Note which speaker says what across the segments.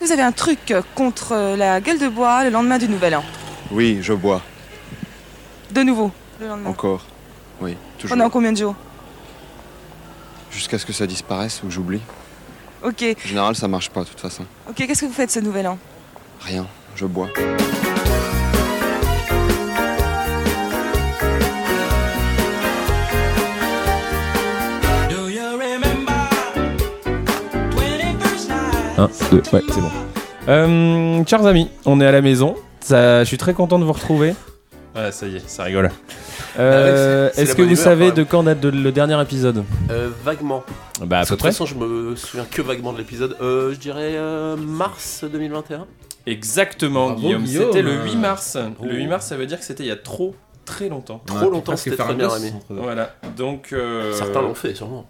Speaker 1: vous avez un truc euh, contre la gueule de bois le lendemain du Nouvel An
Speaker 2: Oui, je bois.
Speaker 1: De nouveau, le lendemain.
Speaker 2: Encore. Oui, toujours.
Speaker 1: Pendant combien de jours
Speaker 2: Jusqu'à ce que ça disparaisse ou que j'oublie.
Speaker 1: Ok,
Speaker 2: En général, ça marche pas, de toute façon.
Speaker 1: ok, qu'est-ce que vous faites ce Nouvel An
Speaker 2: Rien, je bois.
Speaker 3: Do you remember 21st night?
Speaker 4: 1, 2, ouais, c'est bon. Euh, chers amis, on est à la maison. Ça, je suis très content de vous retrouver. Voilà, ça y est, ça rigole. Euh,
Speaker 5: Ah ouais, c'est- c'est
Speaker 4: Est-ce
Speaker 5: la
Speaker 4: que
Speaker 5: bonne
Speaker 4: vous
Speaker 5: humeur,
Speaker 4: savez
Speaker 5: quand
Speaker 4: de quand date de- le dernier épisode
Speaker 5: Euh, vaguement.
Speaker 4: Bah, à
Speaker 5: Parce que
Speaker 4: peu
Speaker 5: de toute
Speaker 4: près.
Speaker 5: façon, je me souviens que vaguement de l'épisode. Euh, je dirais euh, mars 2021.
Speaker 4: Exactement,
Speaker 6: Bravo,
Speaker 4: Guillaume.
Speaker 6: Guillaume.
Speaker 4: C'était le 8 mars.
Speaker 5: Oh.
Speaker 4: Le 8 mars, ça veut dire que c'était il y a trop, très longtemps.
Speaker 5: Trop longtemps, c'était très bien aimé.
Speaker 4: Voilà, donc. euh,
Speaker 5: Certains l'ont fait, sûrement.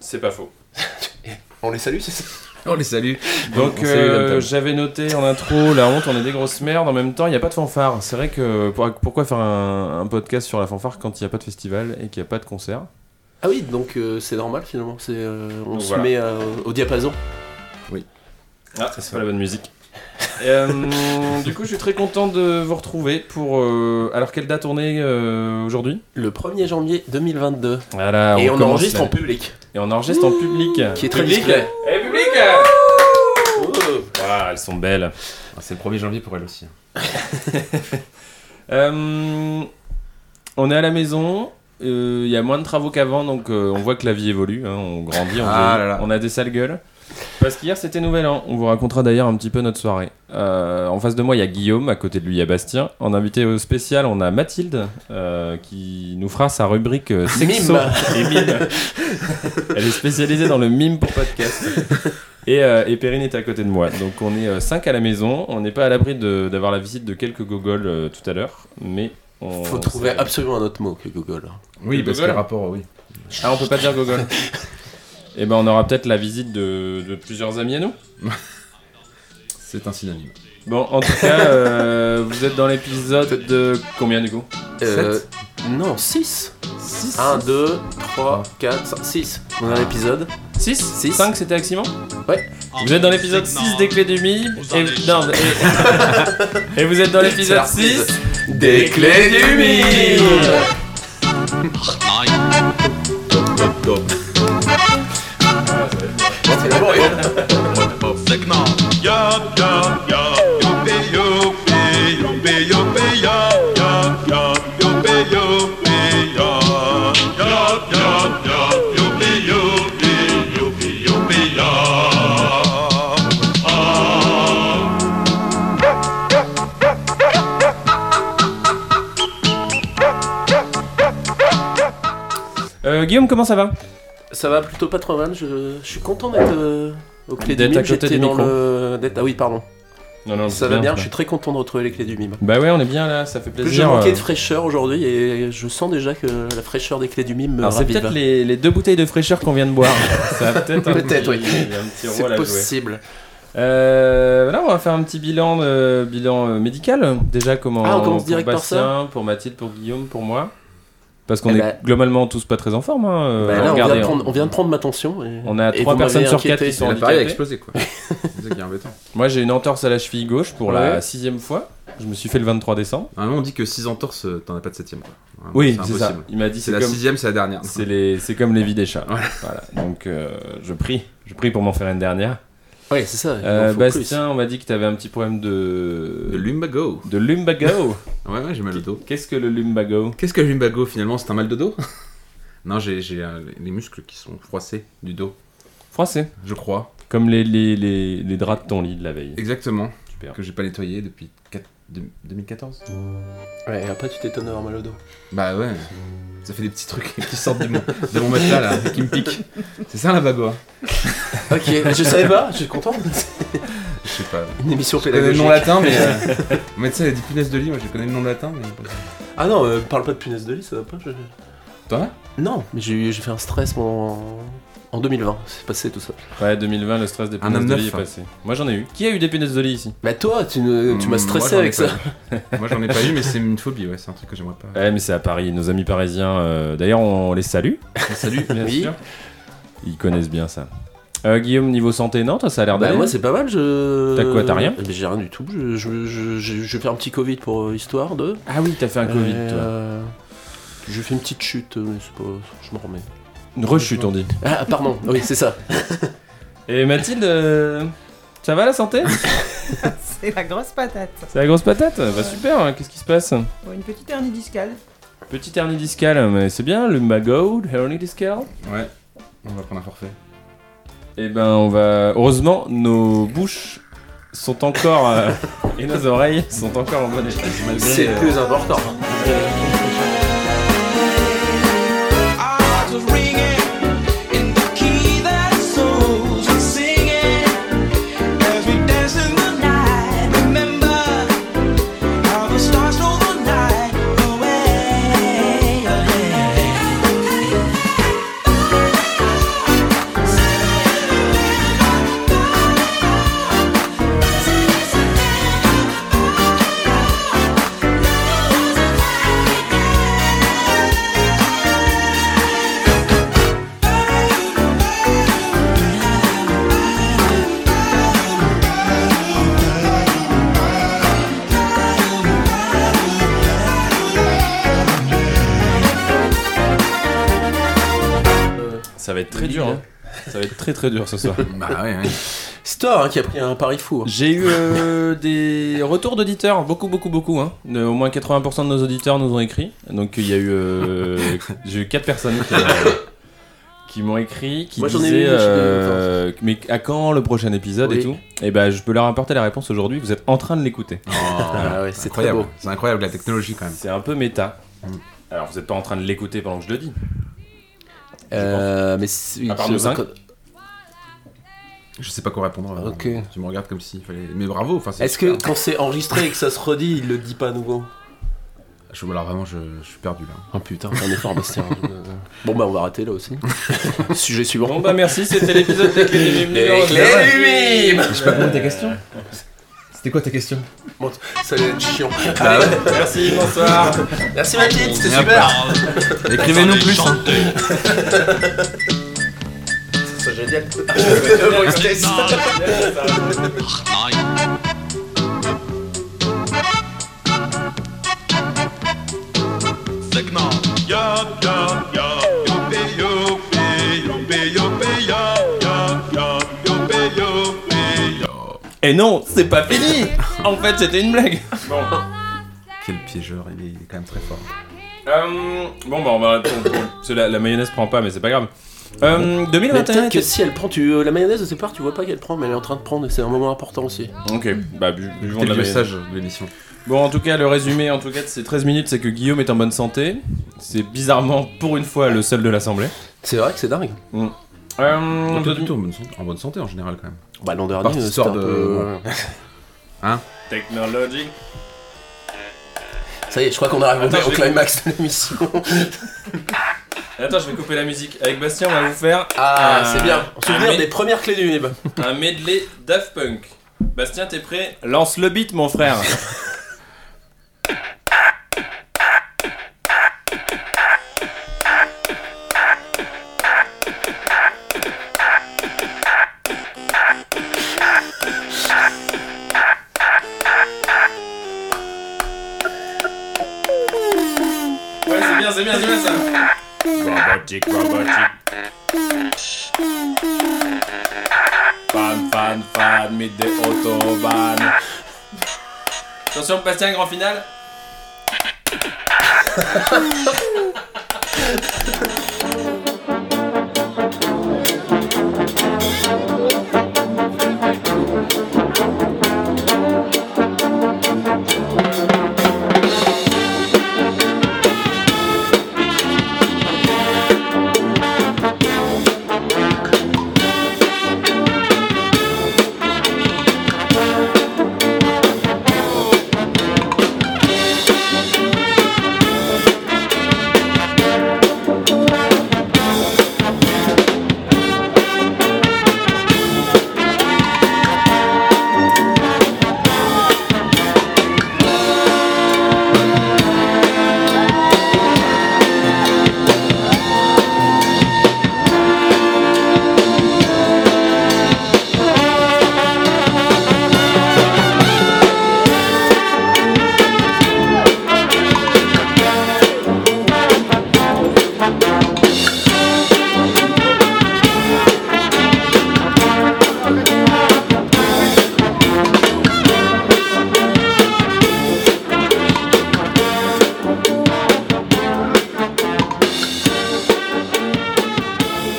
Speaker 4: C'est pas faux.
Speaker 5: On les salue, c'est ça
Speaker 6: On les salue.
Speaker 4: Donc,
Speaker 6: On salue,
Speaker 4: euh,
Speaker 6: Dame Tam.
Speaker 4: j'avais noté en intro la honte, on est des grosses merdes. En même temps, il n'y a pas de fanfare. C'est vrai que pour- pourquoi faire un, un podcast sur la fanfare quand il n'y a pas de festival et qu'il n'y a pas de concert
Speaker 5: Ah oui, donc euh, c'est normal finalement. C'est, euh, on
Speaker 4: Donc
Speaker 5: se
Speaker 4: voilà.
Speaker 5: met euh, au diapason.
Speaker 4: Ah, c'est pas la bonne musique. Euh, du coup, je suis très content de vous retrouver pour. euh, Alors, quelle date on est euh, aujourd'hui
Speaker 5: Le 1er janvier 2022.
Speaker 4: Voilà,
Speaker 5: Et on,
Speaker 4: Ah commence
Speaker 5: enregistre
Speaker 4: la-
Speaker 5: en public.
Speaker 4: Et on enregistre en public.
Speaker 5: Qui est très
Speaker 4: Public.
Speaker 5: discret.
Speaker 4: Eh, public
Speaker 5: Oh.
Speaker 4: Ah, elles sont belles. Ah,
Speaker 6: C'est le 1er janvier pour elle aussi.
Speaker 4: hein. Euh, on est à la maison. euh, Il y a moins de travaux qu'avant, donc euh, on voit que la vie évolue. hein, on grandit, on,
Speaker 6: Ah
Speaker 4: vieillit,
Speaker 6: là là.
Speaker 4: on a des sales gueules. Parce qu'hier c'était Nouvel An. On vous racontera d'ailleurs un petit peu notre soirée. Euh, en face de moi, il y a Guillaume. À côté de lui, il y a Bastien. En invité au spécial, on a Mathilde euh, qui nous fera sa rubrique euh, sexo
Speaker 5: Mime.
Speaker 4: et mime. Elle est spécialisée dans le mime pour podcast. Et, euh, et Perrine est à côté de moi. Donc on est 5 à la maison. On n'est pas à l'abri de- d'avoir la visite de quelques gogoles euh, tout à l'heure. Mais on.
Speaker 5: Faut trouver absolument un autre mot que Google.
Speaker 6: Oui,
Speaker 4: parce
Speaker 6: parce
Speaker 4: que
Speaker 6: que
Speaker 4: le
Speaker 6: le rapport, oui.
Speaker 4: Ah, on peut pas dire gogole. Et ben on aura peut-être la visite de, de plusieurs amis à nous.
Speaker 6: C'est un synonyme.
Speaker 4: Bon, en tout cas, euh, vous êtes dans l'épisode de. Combien du coup
Speaker 5: Euh, non, 6. 1, 2, 3, 4, 6. On
Speaker 4: Ah.
Speaker 5: a l'épisode.
Speaker 4: 6
Speaker 5: Six.
Speaker 4: 5 c'était Aximon
Speaker 7: Ah,
Speaker 4: Vous êtes dans l'épisode
Speaker 7: non.
Speaker 4: 6 des clés du mille.
Speaker 7: Vous en
Speaker 4: Et,
Speaker 7: avez-
Speaker 4: non, et- et vous êtes dans
Speaker 5: C'est la
Speaker 4: l'épisode
Speaker 5: reprise.
Speaker 4: 6
Speaker 5: Des clés du mille
Speaker 7: Nein. Signal.
Speaker 4: Euh, Guillaume, comment ça va
Speaker 5: Ça va plutôt pas trop mal, je, je suis content d'être euh, aux clés du
Speaker 4: D'être à
Speaker 5: mime.
Speaker 4: côté
Speaker 5: J'étais
Speaker 4: du
Speaker 5: dans
Speaker 4: micro. Ah,
Speaker 5: le. d'être- Ah oui, pardon.
Speaker 4: Non, non,
Speaker 5: Ça va bien, je suis très content de retrouver les clés du mime.
Speaker 4: Bah ouais, on est bien là, ça fait plaisir.
Speaker 5: J'ai manqué
Speaker 4: euh.
Speaker 5: de fraîcheur aujourd'hui et je sens déjà que la fraîcheur des clés du mime me
Speaker 4: Alors, c'est
Speaker 5: ravive.
Speaker 4: peut-être les, les deux bouteilles de fraîcheur qu'on vient de boire. ça a peut-être un, petit-
Speaker 5: Peut-être, oui.
Speaker 4: un petit rôle
Speaker 5: C'est
Speaker 4: à jouer.
Speaker 5: possible.
Speaker 4: Euh, voilà, on va faire un petit bilan, euh, bilan euh, médical. Déjà, comment
Speaker 5: Ah, on commence
Speaker 4: pour
Speaker 5: direct par
Speaker 4: Bastien, pour Mathilde, pour Guillaume, pour moi. Parce qu'on
Speaker 5: Eh
Speaker 4: est
Speaker 5: ben-
Speaker 4: globalement tous pas très en forme. hein, euh,
Speaker 5: Bah là, on, vient
Speaker 4: regardez,
Speaker 5: de prendre, on vient de prendre ma tension. Et,
Speaker 4: on a
Speaker 5: et
Speaker 4: trois
Speaker 5: vous m'avez
Speaker 4: personnes sur
Speaker 5: inquiété.
Speaker 4: quatre qui sont
Speaker 6: L'appareil
Speaker 4: handicapées.
Speaker 6: a explosé, quoi. C'est ça qui est embêtant.
Speaker 4: Moi, j'ai une entorse à la cheville gauche pour la
Speaker 5: Ouais.
Speaker 4: sixième fois. Je me suis fait le 23 décembre.
Speaker 6: Normalement, on dit que 6 entorses, euh, t'en as pas de 7ème, quoi. Vraiment,
Speaker 4: Oui, c'est
Speaker 6: impossible.
Speaker 4: ça. Il m'a dit
Speaker 6: C'est
Speaker 4: c'est
Speaker 6: la
Speaker 4: comme
Speaker 6: 6ème, c'est la dernière.
Speaker 4: C'est les, c'est comme les vies des chats.
Speaker 6: Voilà.
Speaker 4: Voilà. Donc euh, je prie, je prie pour m'en faire une dernière.
Speaker 5: Ouais, c'est ça. il en
Speaker 4: Euh,
Speaker 5: faut
Speaker 4: Bastien, on m'a dit que t'avais un petit problème de
Speaker 6: Le lumbago.
Speaker 4: de lumbago.
Speaker 6: Ouais, ouais, j'ai mal au dos.
Speaker 4: Qu'est-ce que le lumbago
Speaker 6: Qu'est-ce que le lumbago finalement C'est un mal de dos Non, j'ai j'ai, euh, les muscles qui sont froissés du dos,
Speaker 4: Froissé,
Speaker 6: je crois.
Speaker 4: comme les les, les les draps de ton lit de la veille.
Speaker 6: Exactement.
Speaker 4: Super.
Speaker 6: Que j'ai pas nettoyé depuis quatre- deux- 2014.
Speaker 5: plus. Ouais, et après, tu t'étonnes d'avoir mal au dos.
Speaker 6: Bah ouais. Ça fait des petits trucs qui sortent de mon, de mon matelas là, et qui me piquent. C'est ça la bago. hein.
Speaker 5: Ok, je savais pas, je suis content.
Speaker 6: Je sais pas.
Speaker 5: Une émission
Speaker 6: Je connais le
Speaker 5: pédagogique.
Speaker 6: nom latin, mais. Euh... Mon médecin il a dit punaise de lit, moi je connais le nom latin, mais.
Speaker 5: Ah non, euh, parle pas de punaise de lit, ça va pas. je-
Speaker 6: Toi
Speaker 5: Non, mais j'ai eu- j'ai fait un stress moi, en, en 2020, c'est passé tout ça.
Speaker 4: Ouais, 2020, le stress des
Speaker 6: Un
Speaker 4: punaises
Speaker 6: homme
Speaker 4: de lit est
Speaker 6: neuf, hein.
Speaker 4: passé. Moi j'en ai eu. Qui a eu des punaises de lit ici
Speaker 5: Bah toi, tu, ne-
Speaker 4: Mmh,
Speaker 6: Hmm,
Speaker 5: tu m'as stressé avec ça.
Speaker 6: Moi j'en ai pas eu, mais c'est une phobie, ouais, c'est un truc que j'aimerais pas.
Speaker 4: Ouais, Eh, mais c'est à Paris. Nos amis parisiens. euh, D'ailleurs, on les salue.
Speaker 6: Salut
Speaker 4: Bien
Speaker 5: Oui.
Speaker 4: sûr. Ils connaissent bien ça. Euh, Guillaume, niveau santé, non Toi, ça a l'air
Speaker 5: Bah,
Speaker 4: d'aller.
Speaker 5: moi, c'est pas mal. Je...
Speaker 4: T'as quoi, t'as rien
Speaker 5: Mais J'ai rien du tout. Je, je, je, je- je fais un petit Covid pour euh, histoire de.
Speaker 4: ah oui, t'as fait un Covid,
Speaker 5: Et,
Speaker 4: toi.
Speaker 5: euh, Je fais une petite chute, euh, mais c'est pas. Je me remets.
Speaker 4: Une rechute, on dit.
Speaker 5: Ah, pardon, oui, c'est ça.
Speaker 4: Et Mathilde, euh, ça va la santé
Speaker 8: C'est la grosse patate.
Speaker 4: C'est la grosse patate Bah super, hein, qu'est-ce qui se passe
Speaker 8: Bon, une petite hernie discale.
Speaker 4: Petite hernie discale, euh, mais c'est bien, le Magoud, hernie discale.
Speaker 6: Ouais, on va prendre un forfait.
Speaker 4: Eh ben, on va. Heureusement, nos bouches sont encore. euh, et nos oreilles sont encore en bon état.
Speaker 5: C'est
Speaker 4: euh,
Speaker 5: le plus important.
Speaker 3: Hearts are ringing in the key that souls are singing as we dance in the night. Remember how the stars stole the night away.
Speaker 4: Ça va être très dur, hein. Ça va être très très dur ce soir.
Speaker 6: Bah ouais, ouais.
Speaker 5: C'est toi hein, qui a pris un pari fou.
Speaker 4: J'ai eu euh, des retours d'auditeurs, beaucoup, beaucoup, beaucoup. Hein. De- au moins 80% de nos auditeurs nous ont écrit. Donc il y a eu, euh, j'ai eu quatre personnes qui, euh, qui m'ont écrit, qui
Speaker 5: Moi, j'en ai eu
Speaker 4: disaient,
Speaker 5: une, je suis
Speaker 4: euh, mais à quand le prochain épisode et
Speaker 5: Oui.
Speaker 4: tout. Et ben je peux leur apporter la réponse aujourd'hui. Vous êtes en train de l'écouter.
Speaker 6: Oh,
Speaker 5: Ah ouais, c'est très
Speaker 6: incroyable.
Speaker 5: beau.
Speaker 6: C'est incroyable la technologie quand même.
Speaker 4: C'est un peu méta.
Speaker 6: Mm.
Speaker 4: Alors vous n'êtes pas en train de l'écouter pendant que je le dis.
Speaker 5: Euh, mais c'est-
Speaker 4: À part nous
Speaker 5: je-
Speaker 4: cinq
Speaker 6: Je sais pas quoi répondre. euh,
Speaker 5: Ok.
Speaker 6: Tu me regardes comme s'il fallait. Mais bravo, enfin c'est
Speaker 5: Est-ce que
Speaker 6: super.
Speaker 5: quand c'est enregistré et que ça se redit, il le dit pas à nouveau
Speaker 6: Je- Alors vraiment, je, je suis perdu là.
Speaker 5: Oh putain, un effort bastien. bon bah on va arrêter là aussi. Sujet suivant.
Speaker 4: Bon bah merci, c'était l'épisode des clés du
Speaker 5: Eh,
Speaker 4: Mime numéro zéro.
Speaker 6: Je sais pas comment tes questions. C'était quoi tes questions
Speaker 5: Bon, ça va être chiant.
Speaker 4: Merci, bonsoir.
Speaker 5: Merci Mathilde, c'était
Speaker 6: Bien
Speaker 5: super.
Speaker 6: Écrivez-nous plus. hein.
Speaker 5: C'est génial.
Speaker 7: nein. Sag mal.
Speaker 5: Eh
Speaker 4: Et non, c'est pas fini. En fait, c'était une blague.
Speaker 6: Quel piégeur, il est, il est quand même très fort.
Speaker 4: Euh, bon, bah, on va. on- on- parce que la, la mayonnaise prend pas, mais c'est pas grave. Euh, 2021
Speaker 5: peut-être que
Speaker 4: était...
Speaker 5: si elle prend tu, euh, la mayonnaise au départ, tu vois pas qu'elle prend, mais elle est en train de prendre et c'est un moment important aussi.
Speaker 4: Ok, bah, bu- buvons
Speaker 6: Quel
Speaker 4: de la
Speaker 6: le
Speaker 4: mayonnaise.
Speaker 6: vieux sage de l'émission.
Speaker 4: Bon, en tout cas, le résumé en tout cas, de ces 13 minutes, c'est que Guillaume est en bonne santé. C'est bizarrement, pour une fois, le seul de l'Assemblée.
Speaker 5: C'est vrai que c'est dingue.
Speaker 4: Euh,
Speaker 6: On
Speaker 4: deux-
Speaker 6: est plutôt en bonne santé- en bonne santé en général quand même.
Speaker 5: Bah l'an
Speaker 6: Par
Speaker 5: dernier, euh,
Speaker 6: histoire
Speaker 5: c'était un
Speaker 6: de-
Speaker 5: peu-
Speaker 4: Technology.
Speaker 5: Ça y est, je crois qu'on arrive
Speaker 4: Attends,
Speaker 5: au- au
Speaker 4: je vais-
Speaker 5: climax de l'émission.
Speaker 4: Attends, je vais couper la musique. Avec Bastien, on va vous faire
Speaker 5: Ah,
Speaker 4: Euh,
Speaker 5: c'est bien. En souvenir
Speaker 4: ah, mais-
Speaker 5: des premières clés du web.
Speaker 4: un medley Daft Punk. Bastien, t'es prêt Lance le beat, mon frère. Ouais, c'est bien, c'est bien, c'est bien ça. Robotique, robotique. Fan, fan, fan, mit des autobahn. Attention, Bastien, grand final.
Speaker 9: Thank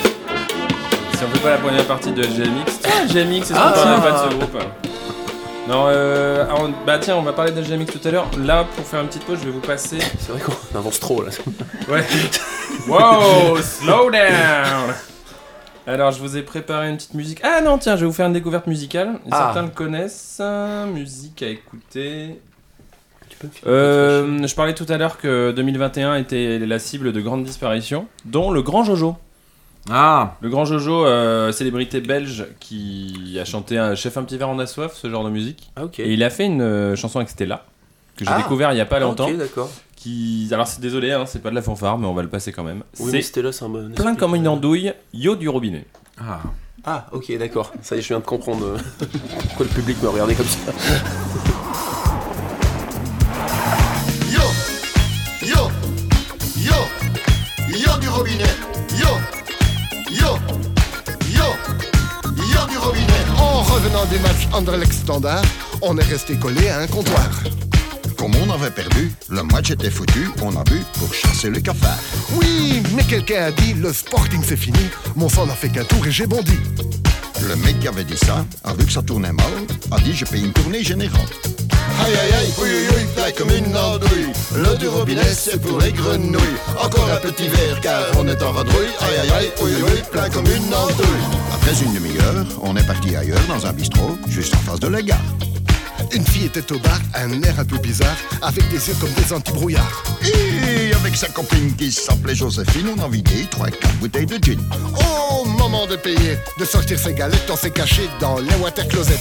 Speaker 4: fait pas la première partie de LGMX. Tiens, LGMX, est-ce qu'on
Speaker 5: Ah.
Speaker 4: parlera pas de ce groupe Non, euh, ah, on- bah tiens, on va parler de LGMX tout à l'heure. Là, pour faire une petite pause, je vais vous passer.
Speaker 5: C'est vrai qu'on avance trop là.
Speaker 4: Ouais. wow, slow down Alors, je vous ai préparé une petite musique. Ah non, tiens, je vais vous faire une découverte musicale. Et
Speaker 5: Ah.
Speaker 4: Certains le connaissent. euh, Musique à écouter.
Speaker 5: Tu peux me filer une
Speaker 4: Euh, je parlais tout à l'heure que 2021 était la cible de grandes disparitions, dont le Grand Jojo.
Speaker 6: Ah,
Speaker 4: Le Grand Jojo, euh, célébrité belge qui a chanté un Chef un petit verre en a soif, ce genre de musique.
Speaker 5: Ah, ok.
Speaker 4: Et il a fait une euh, chanson avec Stella, que j'ai
Speaker 5: Ah.
Speaker 4: découvert il n'y a pas
Speaker 5: Ah,
Speaker 4: longtemps.
Speaker 5: Ok, d'accord.
Speaker 4: Qui... Alors c'est désolé, hein, c'est pas de la fanfare, mais on va le passer quand même.
Speaker 5: Oui,
Speaker 4: c'est
Speaker 5: mais c'était là, c'est un bon.
Speaker 4: plein
Speaker 5: esprit.
Speaker 4: comme une andouille, yo du robinet.
Speaker 6: ah.
Speaker 5: Ah, ok, d'accord. Ça y est, je viens de comprendre euh, pourquoi le public me regardait comme ça.
Speaker 9: Yo, yo, yo, yo du robinet. Yo, yo, yo, yo du robinet. En revenant des matchs Anderlecht standard, on est resté collé à un comptoir.
Speaker 10: Comme on avait perdu, le match était foutu, on a bu pour chasser le cafard.
Speaker 9: Oui, mais quelqu'un a dit le sporting c'est fini. Mon sang n'a fait qu'un tour et j'ai bondi.
Speaker 10: Le mec qui avait dit ça, a vu que ça tournait mal, a dit je paye une tournée générale.
Speaker 9: Aïe aïe aïe, oui oui oui, taille comme une andouille. L'eau du robinet c'est pour les grenouilles. Encore un petit verre car on est en vadrouille. Aïe aïe aïe, oui oui oui, plein comme une andouille.
Speaker 10: Après une demi-heure, on est parti ailleurs dans un bistrot, juste en face de la gare.
Speaker 9: Une fille était au bar, un air un peu bizarre, avec des yeux comme des antibrouillards.
Speaker 10: Et avec sa copine qui s'appelait Joséphine, on a vidé 3-4 bouteilles de gin.
Speaker 9: Au moment de payer, de sortir ses galettes, on s'est caché dans les water closets.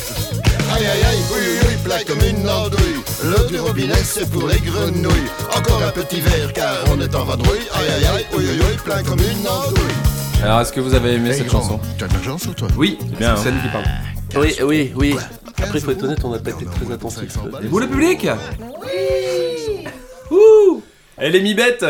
Speaker 9: Aïe aïe aïe, oui oui oui, plat comme une andouille. L'eau du robinet, c'est pour les grenouilles. Encore un petit verre, car on est en vadrouille. Aïe aïe aïe, oui oui oui, plein comme une andouille.
Speaker 4: Alors est-ce que vous avez aimé cette
Speaker 10: Hey, grand,
Speaker 4: chanson
Speaker 10: T'as de l'argent sur toi
Speaker 6: Oui,
Speaker 4: C'est bien,
Speaker 6: c'est
Speaker 4: hein.
Speaker 6: lui qui parle.
Speaker 5: Oui, oui, oui. Après, faut être honnête, on n'a pas été très attentifs.
Speaker 6: Vous le public
Speaker 4: Elle est mi-bête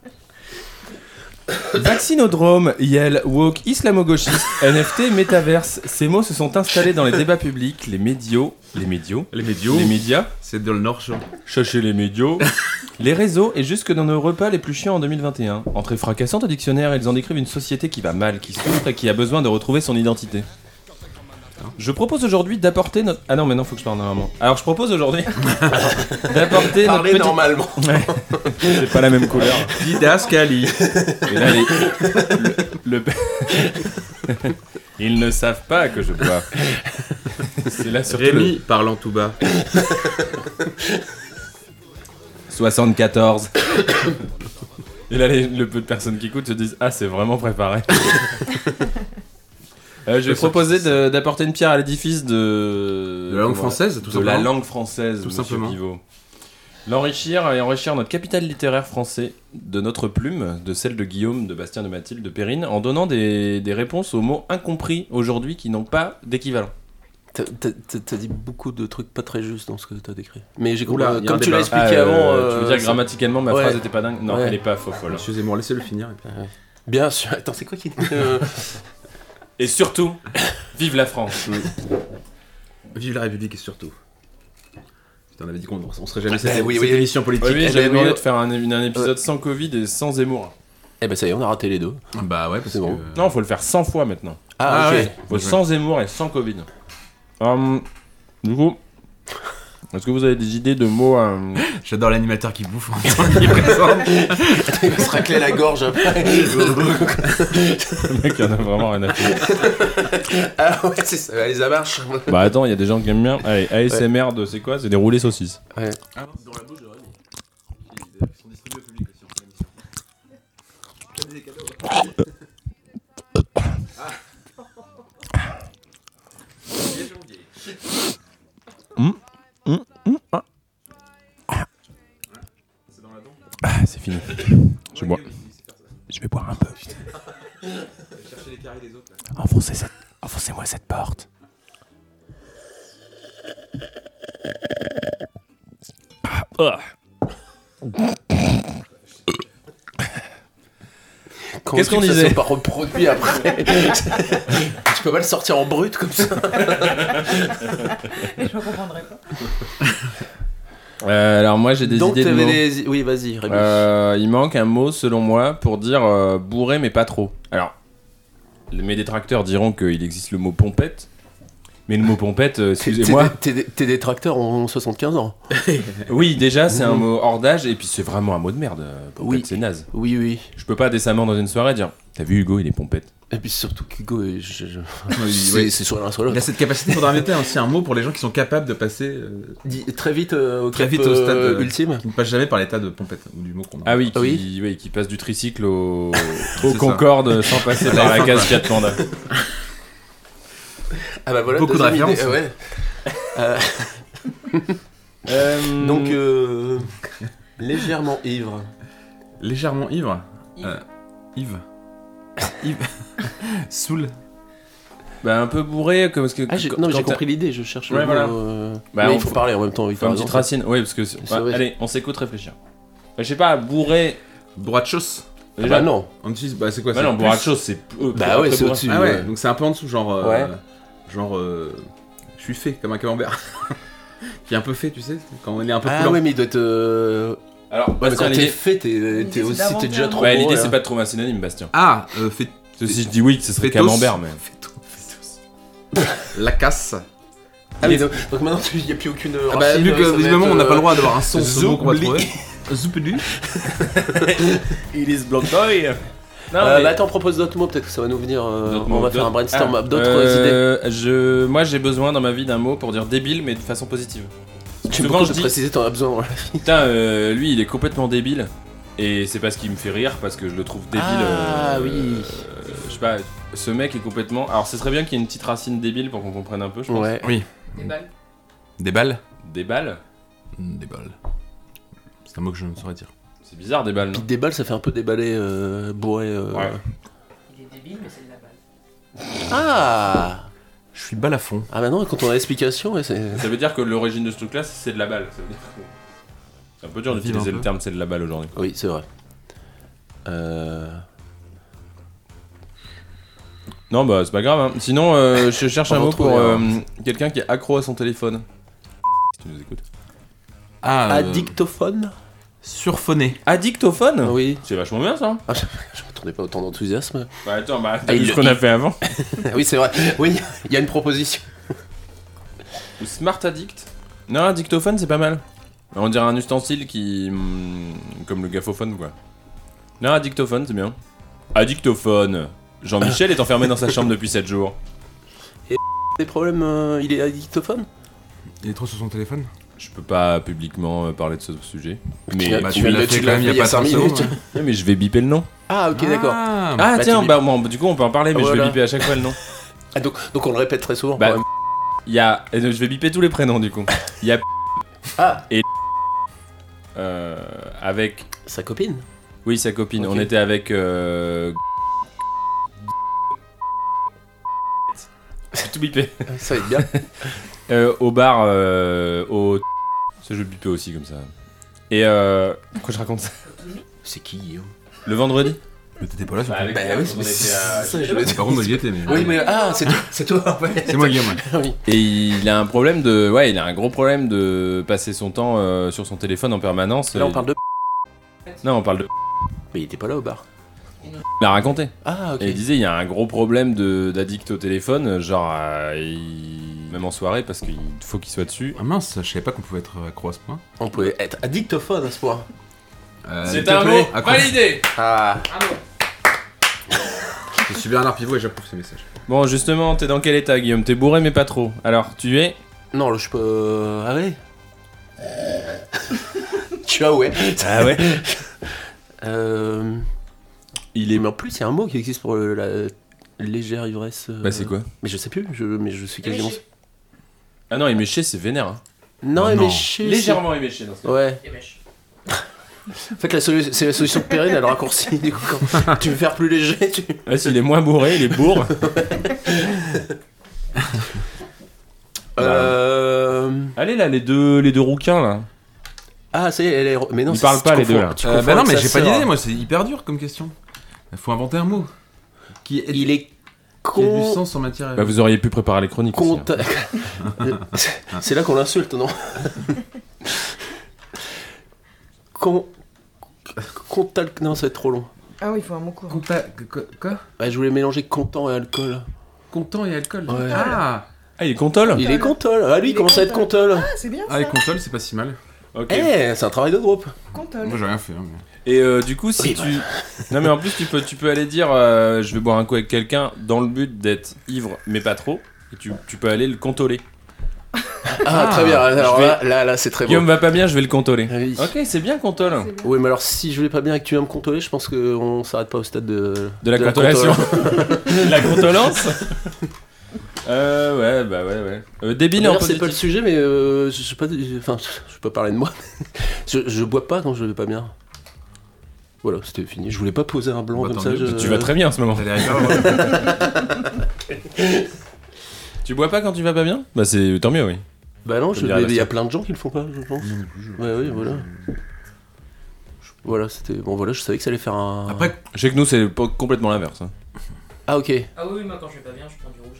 Speaker 4: Vaccinodrome, Yale, Woke, islamo-gauchiste, NFT, métaverse, ces mots se sont installés dans les débats publics, les médias, les médias,
Speaker 6: Les
Speaker 4: les
Speaker 6: médias,
Speaker 4: médias,
Speaker 6: c'est dans le Nord, chaud.
Speaker 4: cherchez les médias, les réseaux et jusque dans nos repas les plus chiants en 2021. Entrée fracassante au dictionnaire, ils en décrivent une société qui va mal, qui souffre et qui a besoin de retrouver son identité. Je propose aujourd'hui d'apporter notre... Ah non, mais non, faut que je parle normalement. Alors je propose aujourd'hui d'apporter notre
Speaker 5: Parlez
Speaker 4: petite...
Speaker 5: normalement.
Speaker 4: Ouais. C'est pas la même couleur.
Speaker 6: Didascalie.
Speaker 4: Et là, les- le- le- Ils ne savent pas que je bois. C'est là surtout le-
Speaker 6: Rémi parlant tout bas.
Speaker 4: 74. Et là, les- le peu de personnes qui écoutent se disent Ah, c'est vraiment préparé. Euh, je vais proposer de- d'apporter une pierre à l'édifice de...
Speaker 6: De la langue
Speaker 4: Comment-
Speaker 6: française, tout
Speaker 4: de la
Speaker 6: simplement.
Speaker 4: langue française,
Speaker 6: Tout
Speaker 4: monsieur
Speaker 6: simplement.
Speaker 4: Pivot. L'enrichir et enrichir notre capital littéraire français de notre plume, de celle de Guillaume, de Bastien, de Mathilde, de Perrine, en donnant des, des réponses aux mots incompris aujourd'hui qui n'ont pas d'équivalent.
Speaker 5: T'as- T'as t'as dit beaucoup de trucs pas très justes dans ce que t'as décrit. Mais j'ai
Speaker 6: Oula,
Speaker 5: compris.
Speaker 6: y a un
Speaker 5: Comme tu l'as
Speaker 6: débat.
Speaker 5: expliqué
Speaker 4: Ah, euh,
Speaker 5: avant.
Speaker 4: tu veux
Speaker 5: euh,
Speaker 4: dire
Speaker 5: c'est-
Speaker 4: grammaticalement ma
Speaker 5: Ouais.
Speaker 4: phrase n'était pas dingue Non,
Speaker 5: Ouais.
Speaker 4: elle est pas faux folle.
Speaker 6: Excusez-moi, laissez-le finir. et puis-
Speaker 5: Bien sûr. Attends, c'est quoi qui. euh,
Speaker 4: Et surtout, vive la France
Speaker 6: Vive la République et surtout. Putain, on avait dit qu'on on serait jamais
Speaker 5: Eh
Speaker 6: cette,
Speaker 5: oui,
Speaker 6: cette
Speaker 5: oui.
Speaker 6: émission politique.
Speaker 4: Oui, oui,
Speaker 5: eh
Speaker 4: j'avais
Speaker 5: ben,
Speaker 4: demandé
Speaker 5: oui.
Speaker 4: de faire un, un épisode sans Covid et sans Zemmour.
Speaker 5: Eh ben ça y est, on a raté les deux.
Speaker 6: Bah ouais, parce
Speaker 5: C'est
Speaker 6: que.
Speaker 5: bon.
Speaker 4: Non, faut le faire 100 fois maintenant.
Speaker 5: Ah,
Speaker 6: Ah,
Speaker 5: ok.
Speaker 6: ouais.
Speaker 4: Faut sans Zemmour et sans Covid. Hum, du coup, est-ce que vous avez des idées de mots hum,
Speaker 6: J'adore l'animateur qui bouffe en temps qu'il présente.
Speaker 5: Il va se racler la gorge après.
Speaker 4: Le mec, il en a vraiment rien à foutre.
Speaker 5: ah ouais, c'est ça. Allez, ça marche.
Speaker 4: Bah attends, il y a des gens qui aiment bien. Allez, ASMR de c'est quoi C'est des roulés saucisses.
Speaker 5: Ouais.
Speaker 4: Hum, Ah, c'est fini. Je bois. Je vais boire un peu. Enfoncez cette... Enfoncez-moi cette porte. Ah, ah.
Speaker 5: Comment
Speaker 4: Qu'est-ce
Speaker 5: tu
Speaker 4: qu'on
Speaker 5: fais ça
Speaker 4: disait
Speaker 5: sans pas reproduit après. tu peux pas le sortir en brut comme ça.
Speaker 8: Et je comprendrais pas.
Speaker 4: Euh, alors moi j'ai des
Speaker 5: Donc
Speaker 4: idées de
Speaker 5: t'avais
Speaker 4: mots.
Speaker 5: des. Oui, vas-y, Rémi.
Speaker 4: Euh, il manque un mot selon moi pour dire euh, bourré mais pas trop. Alors mes détracteurs diront qu'il existe le mot pompette. Mais le mot pompette, euh,
Speaker 5: T'es-
Speaker 4: excusez-moi.
Speaker 5: t'es des- Tes tes détracteurs ont 75 ans.
Speaker 4: Oui, déjà, c'est un mot hors d'âge et puis c'est vraiment un mot de merde. euh, Pompette,
Speaker 5: Oui.
Speaker 4: c'est naze.
Speaker 5: Oui, oui.
Speaker 4: Je peux pas décemment dans une soirée dire T'as vu Hugo, il est pompette.
Speaker 5: Et puis surtout qu'Hugo, est- je- je-
Speaker 6: Oui,
Speaker 5: c'est
Speaker 6: oui.
Speaker 5: c'est sur l'un sur
Speaker 6: Il a
Speaker 5: l'autre.
Speaker 6: cette capacité. Il faudra mettre aussi un mot pour les gens qui sont capables de passer. euh,
Speaker 5: Dis- Très vite euh, au
Speaker 6: Très
Speaker 5: cap,
Speaker 6: vite au stade
Speaker 5: euh,
Speaker 6: euh,
Speaker 5: ultime.
Speaker 6: Qui ne passe jamais par l'état de pompette ou du mot qu'on a.
Speaker 4: Ah oui, qui,
Speaker 5: Oui.
Speaker 4: oui, qui passe du tricycle au, au
Speaker 6: ça.
Speaker 4: Concorde sans passer par la case 4 panda.
Speaker 5: Ah bah voilà,
Speaker 6: Beaucoup de
Speaker 5: deuxième
Speaker 6: références.
Speaker 5: idée, euh, ouais. Euh, Donc, euh, légèrement ivre.
Speaker 6: Légèrement ivre.
Speaker 8: Yves.
Speaker 6: Euh, Yves. Yves. Soul.
Speaker 4: Bah, un peu bourré, comme parce que.
Speaker 5: Ah, j'ai-
Speaker 4: quand-
Speaker 5: non, mais j'ai
Speaker 4: quand t'as-
Speaker 5: compris l'idée, je cherche.
Speaker 4: Ouais,
Speaker 5: le mot,
Speaker 4: voilà.
Speaker 5: euh,
Speaker 4: Bah,
Speaker 5: mais
Speaker 4: on
Speaker 5: il faut
Speaker 4: faut-
Speaker 5: parler en même temps. Il
Speaker 4: Faut
Speaker 5: faut
Speaker 4: une petite racine. Oui, parce que. c'est-
Speaker 5: C'est vrai.
Speaker 4: allez, on s'écoute réfléchir. Bah, je sais pas, bourré.
Speaker 6: Borrachos.
Speaker 5: Ah
Speaker 4: Déjà,
Speaker 5: bah non.
Speaker 6: On utilise. Bah, c'est quoi
Speaker 4: Bah
Speaker 6: c'est
Speaker 4: non,
Speaker 6: plus-
Speaker 4: borrachos, c'est. euh,
Speaker 5: Bah ouais,
Speaker 4: après
Speaker 5: c'est
Speaker 4: bourrin.
Speaker 5: au-dessus.
Speaker 6: Ah ouais,
Speaker 5: ouais.
Speaker 6: donc c'est un peu en dessous, genre. euh,
Speaker 5: Ouais.
Speaker 6: genre. euh, je suis fait comme un camembert. qui est un peu fait, tu sais, quand on est un peu
Speaker 5: Ah
Speaker 6: coulant.
Speaker 5: ouais, mais il doit être. euh,
Speaker 4: Alors,
Speaker 5: Ouais, mais
Speaker 4: Bastien,
Speaker 5: quand t'es
Speaker 4: l'idée.
Speaker 5: fait, t'es-
Speaker 8: L'idée,
Speaker 5: t'es
Speaker 8: c'est
Speaker 5: aussi t'es
Speaker 8: d'inventer
Speaker 5: déjà
Speaker 8: un
Speaker 5: trop. hein.
Speaker 4: Ouais,
Speaker 5: gros,
Speaker 4: l'idée,
Speaker 5: là.
Speaker 4: c'est pas de trouver un synonyme, Bastien.
Speaker 6: Ah, euh, fait
Speaker 4: Parce que si je dis oui, ce serait
Speaker 6: Fœtus.
Speaker 4: camembert, mais.
Speaker 6: la casse.
Speaker 5: Ah oui, donc, donc maintenant il n'y a plus aucune.
Speaker 6: Ah bah,
Speaker 4: euh,
Speaker 6: vu que visiblement on n'a pas le droit d'avoir un son ce mot qu'on va
Speaker 5: Zoubli.
Speaker 6: trouver. Zoubli.
Speaker 4: Il is blocked boy Non, Ah, mais-
Speaker 5: bah attends, propose d'autres mots, peut-être que ça va nous venir. euh,
Speaker 4: D'autres
Speaker 5: on
Speaker 4: mots,
Speaker 5: va faire
Speaker 4: d'autres-
Speaker 5: un brainstorm,
Speaker 4: Ah,
Speaker 5: d'autres idées.
Speaker 4: euh, Je... Moi, j'ai besoin dans ma vie d'un mot pour dire débile, mais de façon positive.
Speaker 5: Tu peux
Speaker 4: souvent, je
Speaker 5: de
Speaker 4: dis-
Speaker 5: préciser, t'en as besoin. ouais.
Speaker 4: Putain, euh, lui, il est complètement débile. Et c'est parce qu'il me fait rire, parce que je le trouve débile.
Speaker 5: Ah,
Speaker 4: euh,
Speaker 5: oui.
Speaker 4: euh, je sais pas, ce mec est complètement. Alors, ce serait bien qu'il y ait une petite racine débile pour qu'on comprenne un peu, je pense.
Speaker 5: Ouais.
Speaker 8: Des balles.
Speaker 6: Des balles
Speaker 4: Des balles
Speaker 6: Des balles. C'est un mot que je ne saurais dire.
Speaker 4: C'est bizarre, des balles,
Speaker 5: Puis
Speaker 4: non
Speaker 5: déballe, ça fait un peu déballer, euh, bourré. euh.
Speaker 4: Ouais.
Speaker 8: Il est débile, mais c'est de la balle.
Speaker 5: Ah
Speaker 6: Je suis balle à fond.
Speaker 5: Ah bah non, quand on a l'explication, ouais, c'est.
Speaker 4: Ça veut dire que l'origine de ce truc-là, c'est de la balle. Ça veut dire que- C'est un peu dur
Speaker 6: Vive
Speaker 4: d'utiliser
Speaker 6: un
Speaker 4: le
Speaker 6: peu.
Speaker 4: terme c'est de la balle aujourd'hui.
Speaker 5: Oui, c'est vrai. Euh.
Speaker 4: Non, bah c'est pas grave. hein. Sinon, euh, je cherche un
Speaker 5: On va
Speaker 4: mot pour
Speaker 5: trouver,
Speaker 4: euh,
Speaker 5: hein.
Speaker 4: quelqu'un qui est accro à son téléphone. Si tu nous écoutes.
Speaker 6: Ah,
Speaker 4: euh,
Speaker 5: Addictophone
Speaker 6: Surfonné.
Speaker 4: Addictophone
Speaker 5: Oui.
Speaker 4: Ah C'est vachement bien ça.
Speaker 5: Ah, je je m'attendais pas autant d'enthousiasme.
Speaker 4: Bah attends, bah
Speaker 5: Ah,
Speaker 4: t'as vu
Speaker 5: il
Speaker 4: ce
Speaker 5: le-
Speaker 4: qu'on a fait avant.
Speaker 5: Ah oui, c'est vrai. Oui, il y a une proposition.
Speaker 4: Ou Smart Addict Non, un dictophone, c'est pas mal. Bah, On dirait un ustensile qui. hmm, comme le gaffophone, quoi. Non, un dictophone, c'est bien. Addictophone Jean-Michel est enfermé dans sa chambre depuis 7 jours.
Speaker 5: Des problèmes, euh, il est addictophone
Speaker 6: Il est trop sur son téléphone
Speaker 4: Je peux pas publiquement euh, parler de ce sujet. Mais,
Speaker 5: l'as-
Speaker 6: Bah,
Speaker 5: tu
Speaker 6: tu
Speaker 5: l'as-
Speaker 6: l'as
Speaker 5: tu
Speaker 6: fait
Speaker 5: l'as
Speaker 6: quand même il
Speaker 5: fait
Speaker 6: n'y a pas
Speaker 5: cinq
Speaker 6: 5
Speaker 5: minutes.
Speaker 6: minutes.
Speaker 4: Ouais, mais je vais biper le nom.
Speaker 5: Ah, ok, d'accord.
Speaker 4: Ah,
Speaker 5: bah,
Speaker 4: tiens,
Speaker 5: tu
Speaker 4: bah bon, du coup, on peut en parler, mais je
Speaker 5: Voilà.
Speaker 4: vais biper à chaque fois le nom.
Speaker 5: Ah, donc, donc on le répète très souvent.
Speaker 4: Bah,
Speaker 5: quand même.
Speaker 4: Il y a. euh, Je vais biper tous les prénoms, du coup. Il y a.
Speaker 5: Ah.
Speaker 4: Et. Euh, avec.
Speaker 5: Sa copine
Speaker 4: Oui, sa copine.
Speaker 5: Ok.
Speaker 4: On était avec. Euh... J'ai tout bipé.
Speaker 5: Ah, Ça va être bien.
Speaker 4: Euh, au bar, euh, au. Ça, je vais biper aussi comme ça. Et euh... pourquoi je raconte ça
Speaker 5: C'est qui euh Guillaume
Speaker 4: Le vendredi.
Speaker 6: Mais t'étais pas là,
Speaker 4: avec
Speaker 5: Bah oui,
Speaker 4: on
Speaker 5: mais c'est
Speaker 4: était à-
Speaker 5: ça, je le dis.
Speaker 6: Par contre, moi j'y étais, mais.
Speaker 5: Oui, mais ah, c'est toi, c'est toi, ouais.
Speaker 6: C'est moi, Guillaume.
Speaker 5: Oui.
Speaker 4: Et il a un problème de, ouais, il a un gros problème de passer son temps euh, sur son téléphone en permanence.
Speaker 5: Là, on parle de.
Speaker 4: Non, on parle de.
Speaker 5: Mais il était pas là au bar.
Speaker 4: Il l'a raconté.
Speaker 5: Ah, ok.
Speaker 4: Et il disait, il y a un gros problème de- d'addict au téléphone, genre euh, il- même en soirée parce qu'il faut qu'il soit dessus.
Speaker 6: Ah mince, je savais pas qu'on pouvait être euh, accro à ce point.
Speaker 5: On pouvait être addictophone à ce point.
Speaker 6: Euh,
Speaker 4: C'est un mot validé.
Speaker 5: Ah.
Speaker 6: Je suis Bernard Pivot et j'approuve ce message.
Speaker 4: Bon, justement, t'es dans quel état, Guillaume T'es bourré, mais pas trop. Alors, tu es
Speaker 5: Non, là, je peux. Ah ouais Tu vois, ouais.
Speaker 4: Ah ouais
Speaker 5: Euh.
Speaker 4: Il est.
Speaker 5: Mais en plus, il y a un mot qui existe pour le- la légère ivresse. euh,
Speaker 4: Bah, c'est quoi
Speaker 5: Mais je sais plus, je... mais je suis quasiment.
Speaker 8: Éméché.
Speaker 4: Ah non, éméché, c'est vénère. hein.
Speaker 5: Non,
Speaker 6: Oh, non.
Speaker 5: mais chez.
Speaker 4: éméché dans ce
Speaker 5: Ouais. En fait, la solu- c'est la solution de Perrine, elle raccourcit. Du coup, quand tu veux faire plus léger, tu.
Speaker 4: Ah, s'il est moins bourré, il est bourre.
Speaker 6: Bah
Speaker 5: Euh.
Speaker 4: Allez, là, les deux, les deux rouquins, là.
Speaker 5: Ah, ça y est, elle est. Mais non,
Speaker 4: Ils
Speaker 5: c'est-
Speaker 4: parlent
Speaker 5: tu
Speaker 4: pas, les
Speaker 5: confonds-
Speaker 4: deux, là.
Speaker 5: tu
Speaker 6: Euh,
Speaker 5: confonds
Speaker 6: bah non,
Speaker 5: avec
Speaker 6: mais
Speaker 5: sa
Speaker 6: j'ai pas
Speaker 5: sœur.
Speaker 6: d'idée, moi, c'est hyper dur comme question. Faut inventer un mot. Qui est
Speaker 5: Il est
Speaker 6: qui ait du
Speaker 5: con.
Speaker 6: sens en matière.
Speaker 4: Bah, vous auriez pu préparer les chroniques. aussi, hein.
Speaker 5: Conta- c'est là qu'on l'insulte, non Con. Contal. Non, ça va être trop long.
Speaker 1: Ah oui, il faut un mot courant.
Speaker 11: Compta- que- que- Quoi
Speaker 5: Bah, je voulais mélanger content et alcool.
Speaker 11: Content et alcool.
Speaker 5: Ouais.
Speaker 11: Ah
Speaker 4: Ah, il est contol
Speaker 5: Il est contol. Ah, lui,
Speaker 1: Il
Speaker 5: il
Speaker 1: est
Speaker 5: commence à être contol.
Speaker 1: Ah, c'est bien ça.
Speaker 11: Ah, les consoles, c'est pas si mal.
Speaker 4: Ok.
Speaker 5: Eh, c'est un travail de groupe.
Speaker 1: Contol.
Speaker 11: Moi, j'ai rien fait. hein, mais-
Speaker 4: Et euh, du coup, si
Speaker 5: Oui, bah.
Speaker 4: tu. Non, mais en plus, tu peux, tu peux aller dire euh, je vais boire un coup avec quelqu'un dans le but d'être ivre, mais pas trop. Et tu, tu peux aller le contoler.
Speaker 5: Ah, très bien. Alors
Speaker 4: je vais-
Speaker 5: là, là, là, c'est très bon.
Speaker 4: Guillaume va pas bien, je vais le contoler.
Speaker 5: Ah oui.
Speaker 4: Ok, c'est bien contole.
Speaker 5: Oui, mais alors si je voulais pas bien et que tu vas me contoler, je pense qu'on s'arrête pas au stade de,
Speaker 4: De la contolation. la contolence Euh, ouais, bah ouais, ouais. Euh, débile en
Speaker 5: D'ailleurs, c'est pas le
Speaker 4: positif.
Speaker 5: sujet, mais euh, je sais pas, enfin, je vais pas parler de moi. je, je bois pas quand je vais pas bien. Voilà, c'était fini. Je voulais pas poser un blanc
Speaker 11: Bah,
Speaker 5: comme
Speaker 11: tant
Speaker 5: ça.
Speaker 11: mieux.
Speaker 5: je-
Speaker 4: Tu vas très bien en ce moment.
Speaker 11: T'as l'air grave, ouais.
Speaker 4: Tu bois pas quand tu vas pas bien Bah, c'est tant mieux, oui.
Speaker 5: Bah non,
Speaker 4: Faut
Speaker 5: je-
Speaker 4: bien
Speaker 5: il y
Speaker 4: rester.
Speaker 5: a plein de gens qui le font pas, je pense. Ouais, oui, voilà. Je- Voilà, c'était bon. Voilà, je savais que ça allait faire un.
Speaker 11: Après,
Speaker 4: Chez que nous, c'est pas- complètement l'inverse. hein.
Speaker 5: Ah ok.
Speaker 12: Ah oui, oui, moi quand je vais pas bien, je prends du rouge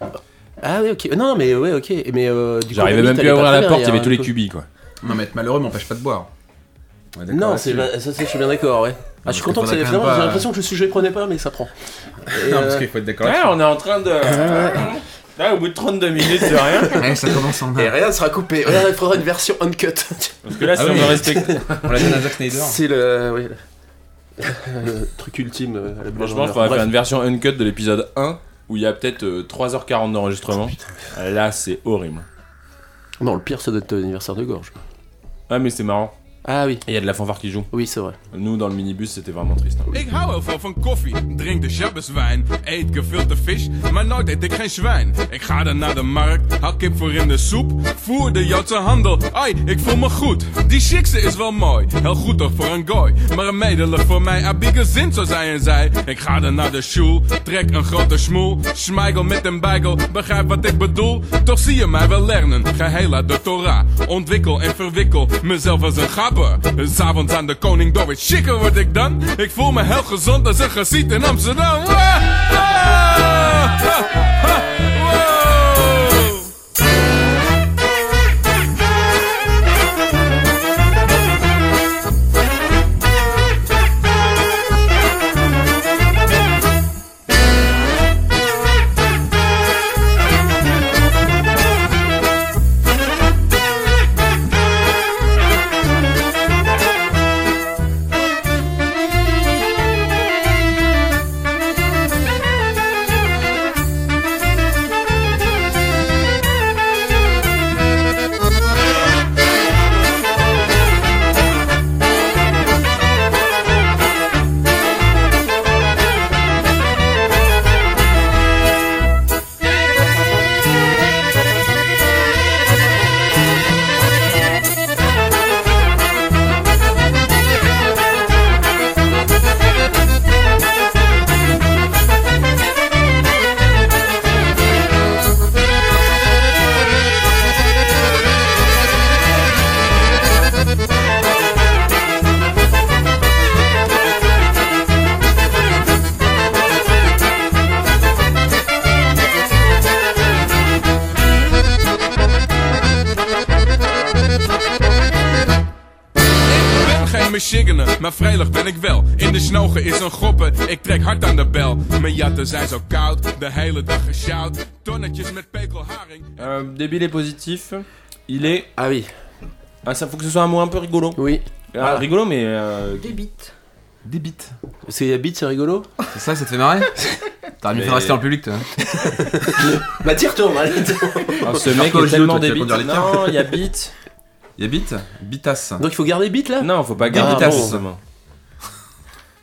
Speaker 12: à la maison.
Speaker 5: Ah oui, ok. Non, mais ouais, ok. Mais euh, du coup,
Speaker 4: J'arrivais
Speaker 5: Rémi,
Speaker 4: même plus
Speaker 5: t'allais
Speaker 4: à
Speaker 5: pas
Speaker 4: ouvrir la
Speaker 5: très bien,
Speaker 4: porte, il y
Speaker 5: a
Speaker 4: avait
Speaker 5: un
Speaker 4: tous les
Speaker 5: peu-
Speaker 4: cubis, quoi.
Speaker 11: non, mais être malheureux m'empêche pas de boire. Ouais, d'accord,
Speaker 5: Non,
Speaker 11: là-dessus.
Speaker 5: c'est vrai, ça, c'est- je suis bien d'accord, ouais. Ah, je
Speaker 11: Parce
Speaker 5: suis
Speaker 11: que
Speaker 5: content que ça
Speaker 11: faudrait
Speaker 5: ait
Speaker 11: quand
Speaker 5: finalement,
Speaker 11: même
Speaker 5: J'ai
Speaker 11: pas-
Speaker 5: l'impression que le sujet prenait pas, mais ça prend. Et,
Speaker 11: Non,
Speaker 5: euh,
Speaker 11: parce qu'il faut être d'accord.
Speaker 4: Ouais,
Speaker 11: là-dessus.
Speaker 4: on est en train de. Là, au bout de 32 minutes, de rien.
Speaker 11: Ouais, Eh, ça commence en
Speaker 5: Et rien ne sera coupé. Regarde, il faudra une version uncut.
Speaker 4: Parce que là, si
Speaker 11: Ah
Speaker 4: on
Speaker 11: oui.
Speaker 4: veut respecter.
Speaker 11: On l'a donné à Zack Snyder.
Speaker 5: C'est le, oui, le- le truc ultime. euh, à la
Speaker 4: Franchement,
Speaker 5: Blade
Speaker 4: je pourrais
Speaker 5: Runner.
Speaker 4: faire une version uncut de l'épisode 1 où il y a peut-être euh, 3h40 d'enregistrement. Là, c'est horrible.
Speaker 5: Bref. Non, le pire, ça doit être l'anniversaire de gorge.
Speaker 4: Ah, mais c'est marrant.
Speaker 5: Ah oui,
Speaker 4: Et il y a de la fanfare qui joue.
Speaker 5: oui, c'est vrai.
Speaker 4: Nous, dans le minibus, c'était vraiment triste. hein.
Speaker 6: Ik hou wel veel van koffie, drink de Shabbos wijn. Eet gefilterde vis, maar nooit eet ik geen zwijn. Ik ga dan naar de markt, hak kip voor in de soep. Voer de Joodse handel, ai, ik voel me goed. Die chicse is wel mooi, heel goed toch voor een gooi. Maar een medelig voor mij, abieke zin zo zij en zij. Ik ga dan naar de school, trek een grote smoel. Schmeigel met een bijgel, begrijp wat ik bedoel. Toch zie je mij wel lernen, geheel uit de Torah. Ontwikkel en verwikkel mezelf als een gapper. S'avonds aan de koning door het chicken word ik dan. Ik voel me heel gezond als een geziet in Amsterdam. Wow! Wow! ben geen Michiganer, maar vrijdag ben ik wel. In de snogen is een goppen, ik trek hard aan de bel. Mijn jatten zijn zo koud, de hele dag gesjouwd. Tonnetjes met pekelharing.
Speaker 4: Euh, débile et positif. Il est.
Speaker 5: Ah oui,
Speaker 4: Ah, ça faut que ce soit un mot un peu rigolo.
Speaker 5: oui.
Speaker 4: Ah, rigolo, mais. euh,
Speaker 1: Débite.
Speaker 11: Des bites.
Speaker 5: Parce qu'il y a bite, c'est rigolo.
Speaker 11: C'est ça, ça te fait marrer T'aurais mieux fait de
Speaker 4: Mais-
Speaker 11: rester en public,
Speaker 6: hein.
Speaker 11: toi.
Speaker 5: Bah, tire tourne, allez.
Speaker 4: ah, ce
Speaker 11: Alors
Speaker 4: mec
Speaker 11: quoi, au judo,
Speaker 4: est tellement
Speaker 11: toi, tu vas
Speaker 4: débile.
Speaker 11: conduire les cars
Speaker 4: Non, il y a bite.
Speaker 11: Y'a bite Bitas.
Speaker 5: Donc, il faut garder bite là
Speaker 4: Non, faut pas
Speaker 5: Ah,
Speaker 4: garder
Speaker 5: bon.
Speaker 4: justement.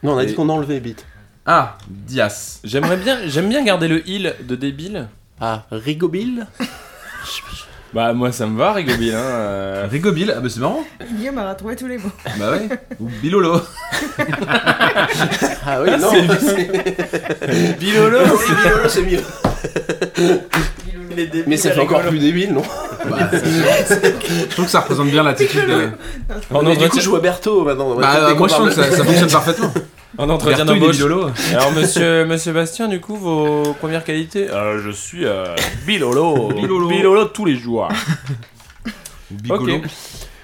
Speaker 5: Non, on a
Speaker 4: Et-
Speaker 5: dit qu'on enlevait bite.
Speaker 11: Ah, Dias.
Speaker 4: J'aimerais bien, j'aime bien garder le il de débile.
Speaker 5: Ah, rigobile
Speaker 4: Bah moi ça me va rigobile hein. euh.
Speaker 11: Rigobile, ah bah c'est marrant.
Speaker 1: Guillaume a retrouvé tous les mots.
Speaker 11: Bah ouais. Ou Bilolo.
Speaker 5: Ah oui, non.
Speaker 4: Bilolo.
Speaker 5: c'est rigolo, c'est mieux. Mais ça fait encore plus débile, non
Speaker 11: Je trouve que ça représente bien l'attitude. de-
Speaker 4: En
Speaker 5: Ah, Mais du coup,
Speaker 4: entretien,
Speaker 5: je vois Berthaud maintenant.
Speaker 11: Bah,
Speaker 5: Dès
Speaker 11: euh,
Speaker 5: qu'on
Speaker 11: moi je
Speaker 5: parle
Speaker 11: trouve que ça, ça fonctionne parfaitement.
Speaker 4: en entretien
Speaker 11: Berthaud, il est
Speaker 4: d'embauche.
Speaker 11: Bilolo.
Speaker 4: Alors monsieur monsieur Bastien du coup vos premières qualités. Euh, je suis euh, Bilolo.
Speaker 11: Bilolo.
Speaker 4: tous les jours.
Speaker 11: Ou
Speaker 4: Ok.
Speaker 11: Bigolo.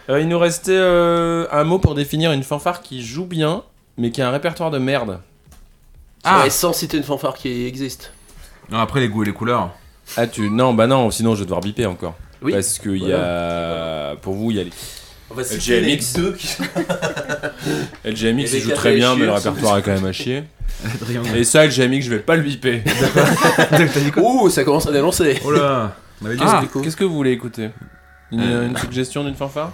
Speaker 4: Euh, il nous restait euh, un mot pour définir une fanfare qui joue bien mais qui a un répertoire de merde.
Speaker 5: Ah. Ouais, sans citer une fanfare qui existe.
Speaker 4: Non, après les goûts et les couleurs. Ah, tu. Non, bah non, sinon je vais devoir biper encore.
Speaker 5: Oui.
Speaker 4: Parce que il y a. Pour vous, il y a les.
Speaker 5: On
Speaker 4: Euh,
Speaker 5: va citer
Speaker 4: LGMX.
Speaker 5: les deux qui-
Speaker 4: LGMX,
Speaker 5: Et
Speaker 4: il
Speaker 5: les
Speaker 4: joue
Speaker 5: quatre
Speaker 4: très bien,
Speaker 5: à
Speaker 4: mais le
Speaker 5: chier aussi.
Speaker 4: répertoire est quand même à chier.
Speaker 5: Triangle.
Speaker 4: Et ça, LGMX, je vais pas le biper.
Speaker 5: Ouh, ça commence à dénoncer.
Speaker 4: Oh là
Speaker 5: On avait dit ça,
Speaker 4: Ah,
Speaker 5: du coup.
Speaker 4: Qu'est-ce que vous voulez écouter une,
Speaker 5: Euh.
Speaker 4: une suggestion d'une fanfare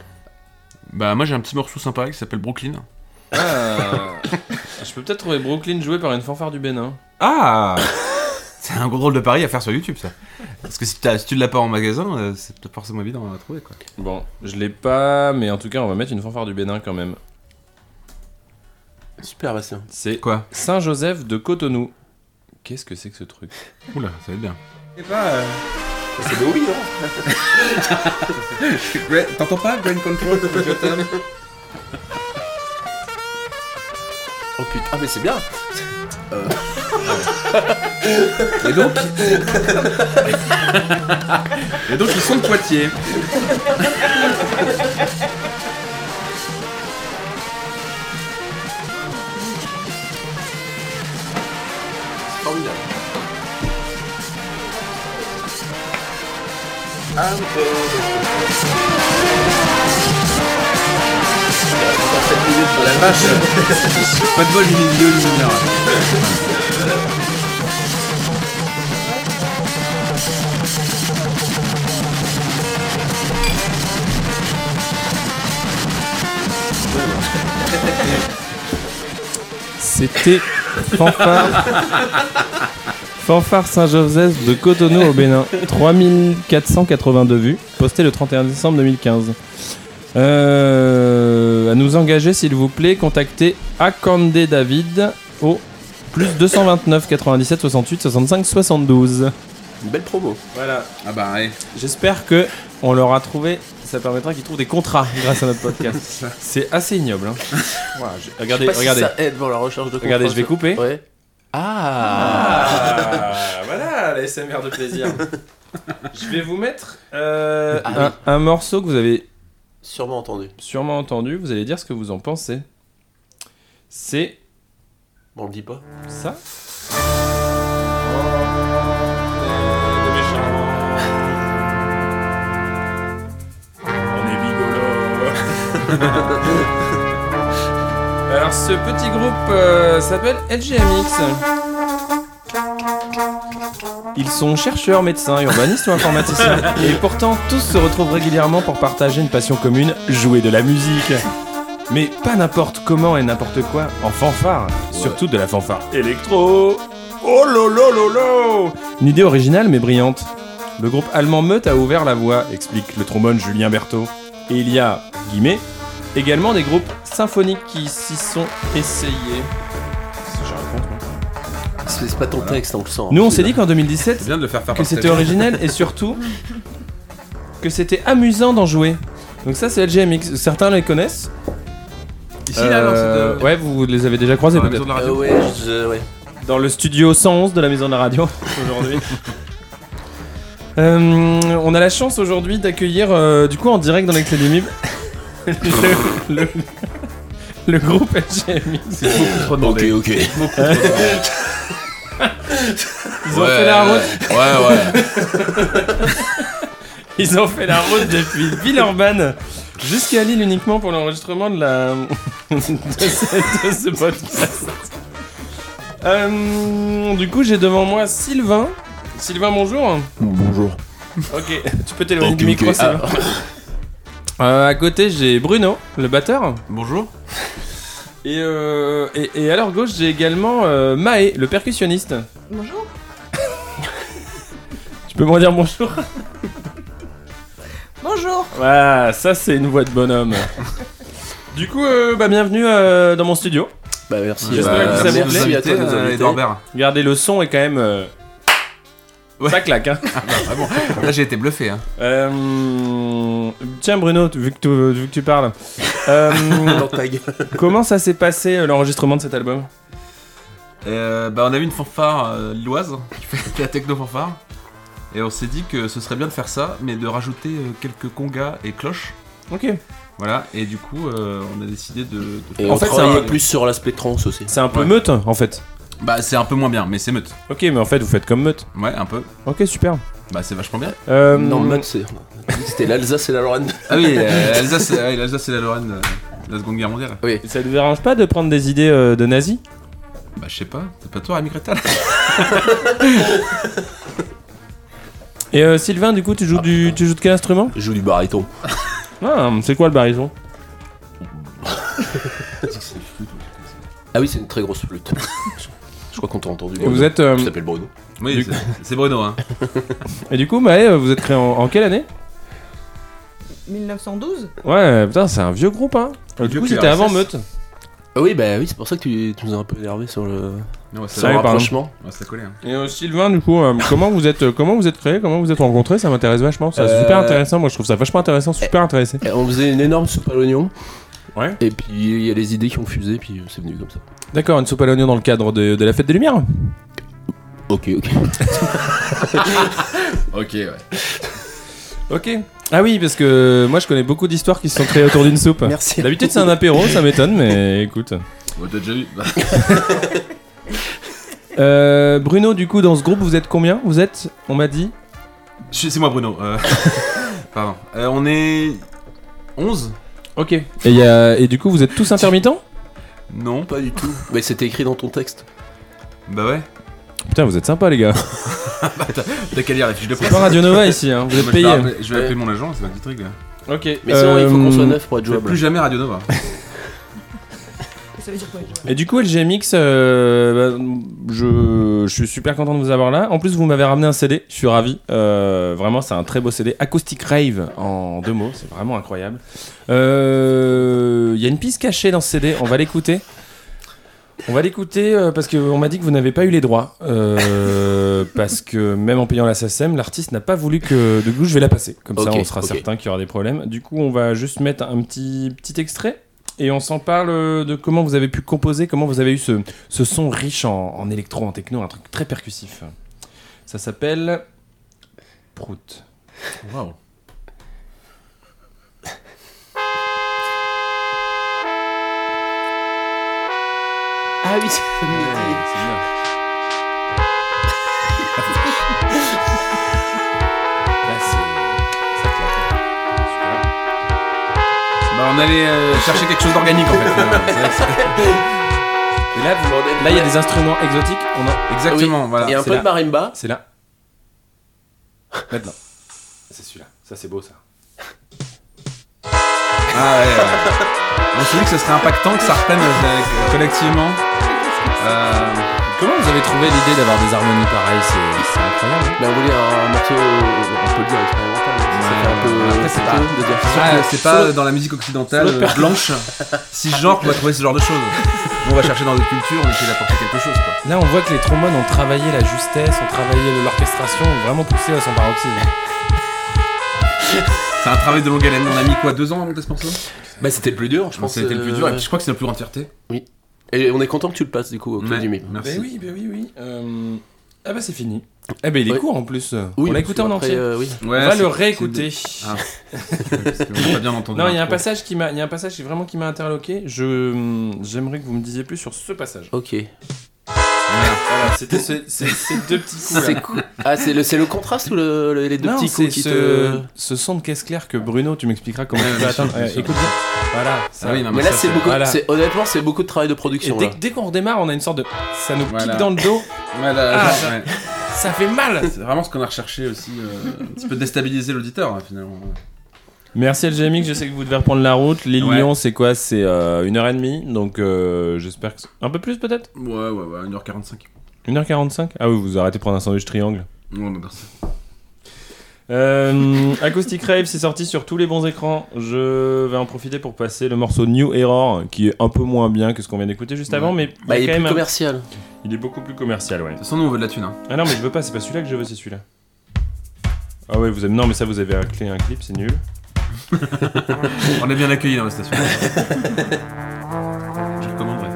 Speaker 6: Bah, moi j'ai un petit morceau sympa qui s'appelle Brooklyn.
Speaker 4: Ah, Je peux peut-être trouver Brooklyn joué par une fanfare du Bénin.
Speaker 6: Ah C'est un gros drôle de pari à faire sur YouTube ça. Parce que si, t'as- si tu l'as pas en magasin, euh, c'est pas forcément évident à trouver quoi.
Speaker 4: Bon, je l'ai pas, mais en tout cas, on va mettre une fanfare du Bénin quand même.
Speaker 5: Super, Bastien.
Speaker 4: C'est
Speaker 6: quoi
Speaker 4: Saint-Joseph de Cotonou. Qu'est-ce que c'est que ce truc
Speaker 6: Oula, ça va être bien.
Speaker 5: C'est pas.
Speaker 6: euh,
Speaker 5: C'est de oui, non
Speaker 6: T'entends pas Grand Control
Speaker 5: Oh putain, ah mais c'est bien Euh.
Speaker 6: Et donc Et donc ils sont de Poitiers.
Speaker 5: Formidable. Un peu. La vache
Speaker 6: Pas de bol, j'ai mis deux luminaires.
Speaker 4: C'était fanfare. Fanfare Saint-Joseph de Cotonou au Bénin. 3482 vues, posté le 31 décembre 2015. Euh, à nous engager, s'il vous plaît, contactez Akande David au plus 229 97 68 65 72.
Speaker 5: Une belle promo.
Speaker 4: Voilà.
Speaker 6: Ah bah ouais.
Speaker 4: J'espère que on leur a trouvé, ça permettra qu'ils trouvent des contrats grâce à notre podcast. C'est assez ignoble. hein. Voilà, je- regardez,
Speaker 5: Je sais pas si
Speaker 4: regardez.
Speaker 5: ça aide pour la recherche de
Speaker 4: Regardez,
Speaker 5: contrats,
Speaker 4: je vais
Speaker 5: ça.
Speaker 4: couper.
Speaker 5: Ouais.
Speaker 4: Ah, voilà la SMR de plaisir. Je vais vous mettre euh,
Speaker 5: Ah oui.
Speaker 4: un, un morceau que vous avez
Speaker 5: Sûrement entendu.
Speaker 4: sûrement entendu. Vous allez dire ce que vous en pensez. C'est
Speaker 5: Bon, on le dit pas.
Speaker 4: ça. Oh, Alors ce petit groupe euh, s'appelle LGMX. Ils sont chercheurs, médecins, urbanistes ou informaticiens. Et pourtant, tous se retrouvent régulièrement pour partager une passion commune, jouer de la musique. Mais pas n'importe comment et n'importe quoi, en fanfare. Surtout de la fanfare électro. Oh lolololo Une idée originale mais brillante. Le groupe allemand Meute a ouvert la voie, explique le trombone Julien Berthaud. Et il y a, guillemets, également des groupes symphoniques qui s'y sont essayés.
Speaker 5: C'est c'est pas ton texte, on le sent.
Speaker 4: Nous, on s'est dit qu'en 2017,
Speaker 6: de le faire faire
Speaker 4: que c'était original et surtout que c'était amusant d'en jouer. Donc ça, c'est LGMX. Certains les connaissent.
Speaker 6: Ici, là, dans
Speaker 4: Euh,
Speaker 6: cette-
Speaker 4: Ouais, vous les avez déjà croisés
Speaker 6: Dans la
Speaker 4: peut-être.
Speaker 6: maison de la
Speaker 5: Euh, ouais, je- ouais.
Speaker 4: Dans le studio 111 de la Maison de la Radio aujourd'hui. Euh, on a la chance aujourd'hui d'accueillir euh, du coup en direct dans l'excès des Mib- le, le- le groupe LGMX.
Speaker 6: C'est beaucoup trop
Speaker 5: Ok,
Speaker 6: demandé.
Speaker 5: ok.
Speaker 6: Beaucoup trop demandé.
Speaker 4: Ils ont
Speaker 5: Ouais,
Speaker 4: fait la
Speaker 5: ouais.
Speaker 4: route.
Speaker 5: Ouais,
Speaker 4: Ils ont fait la route depuis Villeurbanne jusqu'à Lille uniquement pour l'enregistrement de la de ce, de ce podcast. Euh, du coup, j'ai devant moi Sylvain. Sylvain, bonjour.
Speaker 5: Bonjour.
Speaker 4: Ok, tu peux t'éloigner
Speaker 5: Ok,
Speaker 4: du micro,
Speaker 5: ok. Ah.
Speaker 4: Sylvain. Euh, à côté, j'ai Bruno, le batteur.
Speaker 6: Bonjour.
Speaker 4: Et, euh, et, et à leur gauche, j'ai également euh, Maé, le percussionniste.
Speaker 12: Bonjour.
Speaker 4: Tu peux m'en dire bonjour
Speaker 12: Bonjour.
Speaker 4: Ah, ça c'est une voix de bonhomme. du coup, euh, bah, bienvenue euh, dans mon studio.
Speaker 5: Bah merci.
Speaker 4: J'espère que
Speaker 5: Bah,
Speaker 4: ça vous euh,
Speaker 5: merci
Speaker 4: plaît.
Speaker 5: à toi de nous inviter.
Speaker 6: euh, Edouard Baird.
Speaker 4: Regardez, le son est quand même... euh, Ça claque, hein
Speaker 6: Ah bon Là j'ai été bluffé. Hein.
Speaker 4: Euh, Tiens Bruno, tu- vu que tu, vu que tu parles, euh,
Speaker 5: Dans ta gueule.
Speaker 4: comment ça s'est passé euh, l'enregistrement de cet album
Speaker 6: Euh, bah, on a vu une fanfare euh, lilloise qui fait la techno fanfare. Et on s'est dit que ce serait bien de faire ça, mais de rajouter euh, quelques congas et cloches
Speaker 4: Ok.
Speaker 6: Voilà, et du coup, euh, on a décidé de. de-
Speaker 5: Et on travaillait plus sur l'aspect trans aussi.
Speaker 4: C'est un peu
Speaker 6: Ouais.
Speaker 4: meute en fait.
Speaker 6: Bah, c'est un peu moins bien, mais c'est meute.
Speaker 4: Ok, mais en fait vous faites comme meute.
Speaker 6: Ouais, un peu.
Speaker 4: Ok, super.
Speaker 6: Bah, c'est vachement bien.
Speaker 4: Euh,
Speaker 5: Non, mode, c'est- c'était l'Alsace et la Lorraine.
Speaker 6: Ah oui, euh, l'Alsace ouais, l'Alsace et la Lorraine, euh, la Seconde Guerre mondiale.
Speaker 5: Oui.
Speaker 4: Ça ne vous dérange pas de prendre des idées euh, de nazis
Speaker 6: Bah, je sais pas, c'est pas toi, Rémi Crétal
Speaker 4: Et euh, Sylvain, du coup, tu joues, du, tu joues de quel instrument
Speaker 5: Je joue du baryton.
Speaker 4: Ah, c'est quoi le baryton
Speaker 5: Ah oui, c'est une très grosse flûte. je crois qu'on t'a entendu.
Speaker 4: Et vous êtes, euh,
Speaker 5: Je t'appelle Bruno.
Speaker 6: Oui,
Speaker 4: Du-
Speaker 6: c'est- c'est Bruno, hein.
Speaker 4: Et du coup, Maë, euh, vous êtes créé en, en quelle année
Speaker 1: 1912
Speaker 4: Ouais, putain, c'est un vieux groupe, hein. Euh, du
Speaker 6: Vieux
Speaker 4: coup,
Speaker 6: que
Speaker 4: c'était
Speaker 6: la
Speaker 4: avant
Speaker 6: RSS.
Speaker 4: Meute.
Speaker 5: Ah oui, bah oui, c'est pour ça que tu, tu nous as un peu énervé sur le,
Speaker 6: Non,
Speaker 5: sur
Speaker 6: ça
Speaker 4: vrai,
Speaker 5: le
Speaker 4: pardon.
Speaker 5: rapprochement.
Speaker 6: ouais, ça collait. Hein.
Speaker 4: Et euh, Sylvain, du coup, euh, comment vous êtes, euh, comment vous êtes créé, comment vous êtes rencontré Ça m'intéresse vachement. C'est
Speaker 5: Euh,
Speaker 4: super intéressant. Moi, je trouve ça vachement intéressant, super intéressé.
Speaker 5: Et on faisait une énorme soupe à l'oignon.
Speaker 4: Ouais.
Speaker 5: Et puis il y a les idées qui ont fusé, puis euh, c'est venu comme ça.
Speaker 4: D'accord, une soupe à l'oignon dans le cadre de, de la fête des Lumières.
Speaker 5: Ok, ok.
Speaker 6: Ok, ouais.
Speaker 4: Ok. Ah oui, parce que moi, je connais beaucoup d'histoires qui se sont créées autour d'une soupe.
Speaker 5: Merci.
Speaker 4: D'habitude, c'est un apéro, ça m'étonne, mais écoute.
Speaker 6: Bon, t'as déjà vu Bah.
Speaker 4: Euh, Bruno, du coup, dans ce groupe, vous êtes combien Vous êtes, on m'a dit,
Speaker 6: Je- C'est moi, Bruno. euh, Pardon. Euh, on est. 11
Speaker 4: Ok. Et, il y a- et du coup, vous êtes tous intermittents
Speaker 6: Non.
Speaker 5: Pas du tout. Mais c'était écrit dans ton texte.
Speaker 6: Bah ouais.
Speaker 4: Putain, vous êtes sympas, les gars.
Speaker 6: T'as qu'à lire les fiches de
Speaker 4: C'est
Speaker 6: presse.
Speaker 4: pas Radio Nova ici, hein. vous
Speaker 6: Moi,
Speaker 4: êtes
Speaker 6: je, vais
Speaker 4: payés.
Speaker 6: appeler- je vais appeler mon agent, c'est un petit truc là.
Speaker 4: Ok.
Speaker 5: Mais sinon, il faut
Speaker 4: Euh,
Speaker 5: qu'on soit neuf pour être
Speaker 6: Je vais
Speaker 5: jouable.
Speaker 6: plus jamais Radio Nova.
Speaker 1: Ça veut dire quoi
Speaker 4: Et du coup, LGMX, euh, bah, je, je suis super content de vous avoir là. En plus, vous m'avez ramené un CD, je suis ravi. Euh, vraiment, c'est un très beau CD. Acoustic Rave en deux mots, c'est vraiment incroyable. Euh, Il y a une piste cachée dans ce CD, on va l'écouter. On va l'écouter euh, parce qu'on m'a dit que vous n'avez pas eu les droits. Euh, parce que même en payant la SACEM, l'artiste n'a pas voulu que. Du coup, je vais la passer. Comme
Speaker 5: Ok,
Speaker 4: ça, on sera
Speaker 5: ok.
Speaker 4: certain qu'il y aura des problèmes. Du coup, on va juste mettre un petit, petit extrait et on s'en parle euh, de comment vous avez pu composer, comment vous avez eu ce, ce son riche en, en électro, en techno, un truc très percussif. Ça s'appelle. Prout.
Speaker 6: Waouh.
Speaker 5: Ah oui, c'est
Speaker 4: Là, c'est- ça claque. Super.
Speaker 6: Bah, on allait euh, chercher quelque chose d'organique en fait. Euh, c'est vrai que c'est-
Speaker 4: Et là, vous- là, il y a des instruments exotiques. On a-
Speaker 6: Exactement, voilà.
Speaker 5: Il y a un
Speaker 4: c'est
Speaker 5: peu
Speaker 4: là.
Speaker 5: de marimba.
Speaker 4: C'est là. Maintenant. C'est celui-là. Ça, c'est beau, ça.
Speaker 6: Ah ouais, ouais. On se dit que ce serait impactant que ça reprenne euh, collectivement. Euh,
Speaker 4: Comment vous avez trouvé l'idée d'avoir des harmonies pareilles C'est c'est
Speaker 6: hein.
Speaker 4: incroyable.
Speaker 5: Mais Bah, on voulait un morceau, on peut le dire, expérimental. Ça fait un peu.
Speaker 6: Après, c'est pas-
Speaker 5: honteux de dire ça.
Speaker 6: ah, c'est pas dans la musique occidentale euh, blanche, cisgenre qu'on va trouver ce genre de choses. Nous, On va chercher dans d'autres cultures, on essaie d'apporter quelque chose quoi.
Speaker 4: Là, on voit que les trombones ont travaillé la justesse, ont travaillé l'orchestration, ont vraiment poussé à son paroxysme.
Speaker 6: C'est un travail de longue haleine, on a mis quoi deux ans à monter ce morceau
Speaker 5: Bah, c'était le plus dur, je pense.
Speaker 6: C'était le plus dur,
Speaker 5: euh,
Speaker 6: et puis je crois que c'est la plus grande fierté. Bah
Speaker 5: Et on est content que tu le passes du coup au Club
Speaker 6: Ouais,
Speaker 5: du Mille.
Speaker 6: Merci.
Speaker 4: Ben oui, ben oui, oui. Euh, Ah bah c'est fini. Eh ben il est
Speaker 5: Ouais.
Speaker 4: court en plus.
Speaker 5: Oui,
Speaker 4: on l'a
Speaker 5: parce
Speaker 4: écouté
Speaker 5: que
Speaker 4: en
Speaker 5: après,
Speaker 4: entier.
Speaker 5: euh, oui.
Speaker 6: Ouais,
Speaker 4: on va
Speaker 6: c'est-
Speaker 4: le réécouter.
Speaker 6: c'est- Ah. Parce qu'on a pas bien entendu
Speaker 4: Non, il y a un
Speaker 6: l'intro.
Speaker 4: passage qui m'a, il y a un passage qui vraiment qui m'a interloqué. Je, hmm, j'aimerais que vous me disiez plus sur ce passage.
Speaker 5: Ok.
Speaker 4: Voilà, c'était ce- c'est- ces deux petits coups. là.
Speaker 5: C'est cool. Ah, c'est le, c'est le contraste ou le- le- les deux
Speaker 4: Non,
Speaker 5: petits
Speaker 4: c'est
Speaker 5: coups qui
Speaker 4: ce,
Speaker 5: te.
Speaker 4: ce son de caisse claire que Bruno, tu m'expliqueras comment
Speaker 6: Ouais,
Speaker 4: tu
Speaker 6: ouais,
Speaker 4: vas
Speaker 6: bien sûr,
Speaker 4: atteindre.
Speaker 6: bien
Speaker 4: Euh,
Speaker 6: sûr.
Speaker 4: écoute bien. Voilà. ça.
Speaker 6: Ah oui, non,
Speaker 5: Mais
Speaker 6: mais
Speaker 5: là,
Speaker 6: ça,
Speaker 5: c'est beaucoup.
Speaker 4: voilà.
Speaker 5: c'est- Honnêtement, c'est beaucoup de travail de
Speaker 4: Et
Speaker 5: production.
Speaker 4: dès,
Speaker 5: là.
Speaker 4: dès qu'on redémarre, on a une sorte de. Ça nous
Speaker 6: Voilà.
Speaker 4: pique dans le dos,
Speaker 6: Ouais, là,
Speaker 4: Ah,
Speaker 6: genre,
Speaker 4: ça-
Speaker 6: ouais.
Speaker 4: ça fait mal
Speaker 6: C'est vraiment ce qu'on a recherché aussi, euh, un petit peu déstabiliser l'auditeur hein, finalement.
Speaker 4: Merci LGMX, je sais que vous devez reprendre la route. Les
Speaker 6: Ouais.
Speaker 4: Lions, c'est quoi C'est euh, une heure et demie, donc euh, j'espère que. Un peu plus peut-être
Speaker 6: Ouais, ouais, ouais, 1h45.
Speaker 4: 1h45 Ah oui, vous arrêtez de prendre un sandwich triangle.
Speaker 6: Ouais, on adore ça.
Speaker 4: Euh, Acoustic Rave, c'est sorti sur tous les bons écrans. Je vais en profiter pour passer le morceau New Error, qui est un peu moins bien que ce qu'on vient d'écouter juste avant, mais
Speaker 5: Bah,
Speaker 4: y a
Speaker 5: il est
Speaker 4: quand
Speaker 5: plus
Speaker 4: même un-
Speaker 5: commercial.
Speaker 4: il est beaucoup plus commercial, ouais.
Speaker 6: De toute façon, nous on veut de la thune. Hein.
Speaker 4: Ah non, mais je veux pas, c'est pas celui-là que je veux, c'est celui-là. Ah ouais, vous avez. Non, mais ça, vous avez clé un clip, c'est nul.
Speaker 6: On est bien accueillis dans la station. Je recommanderais.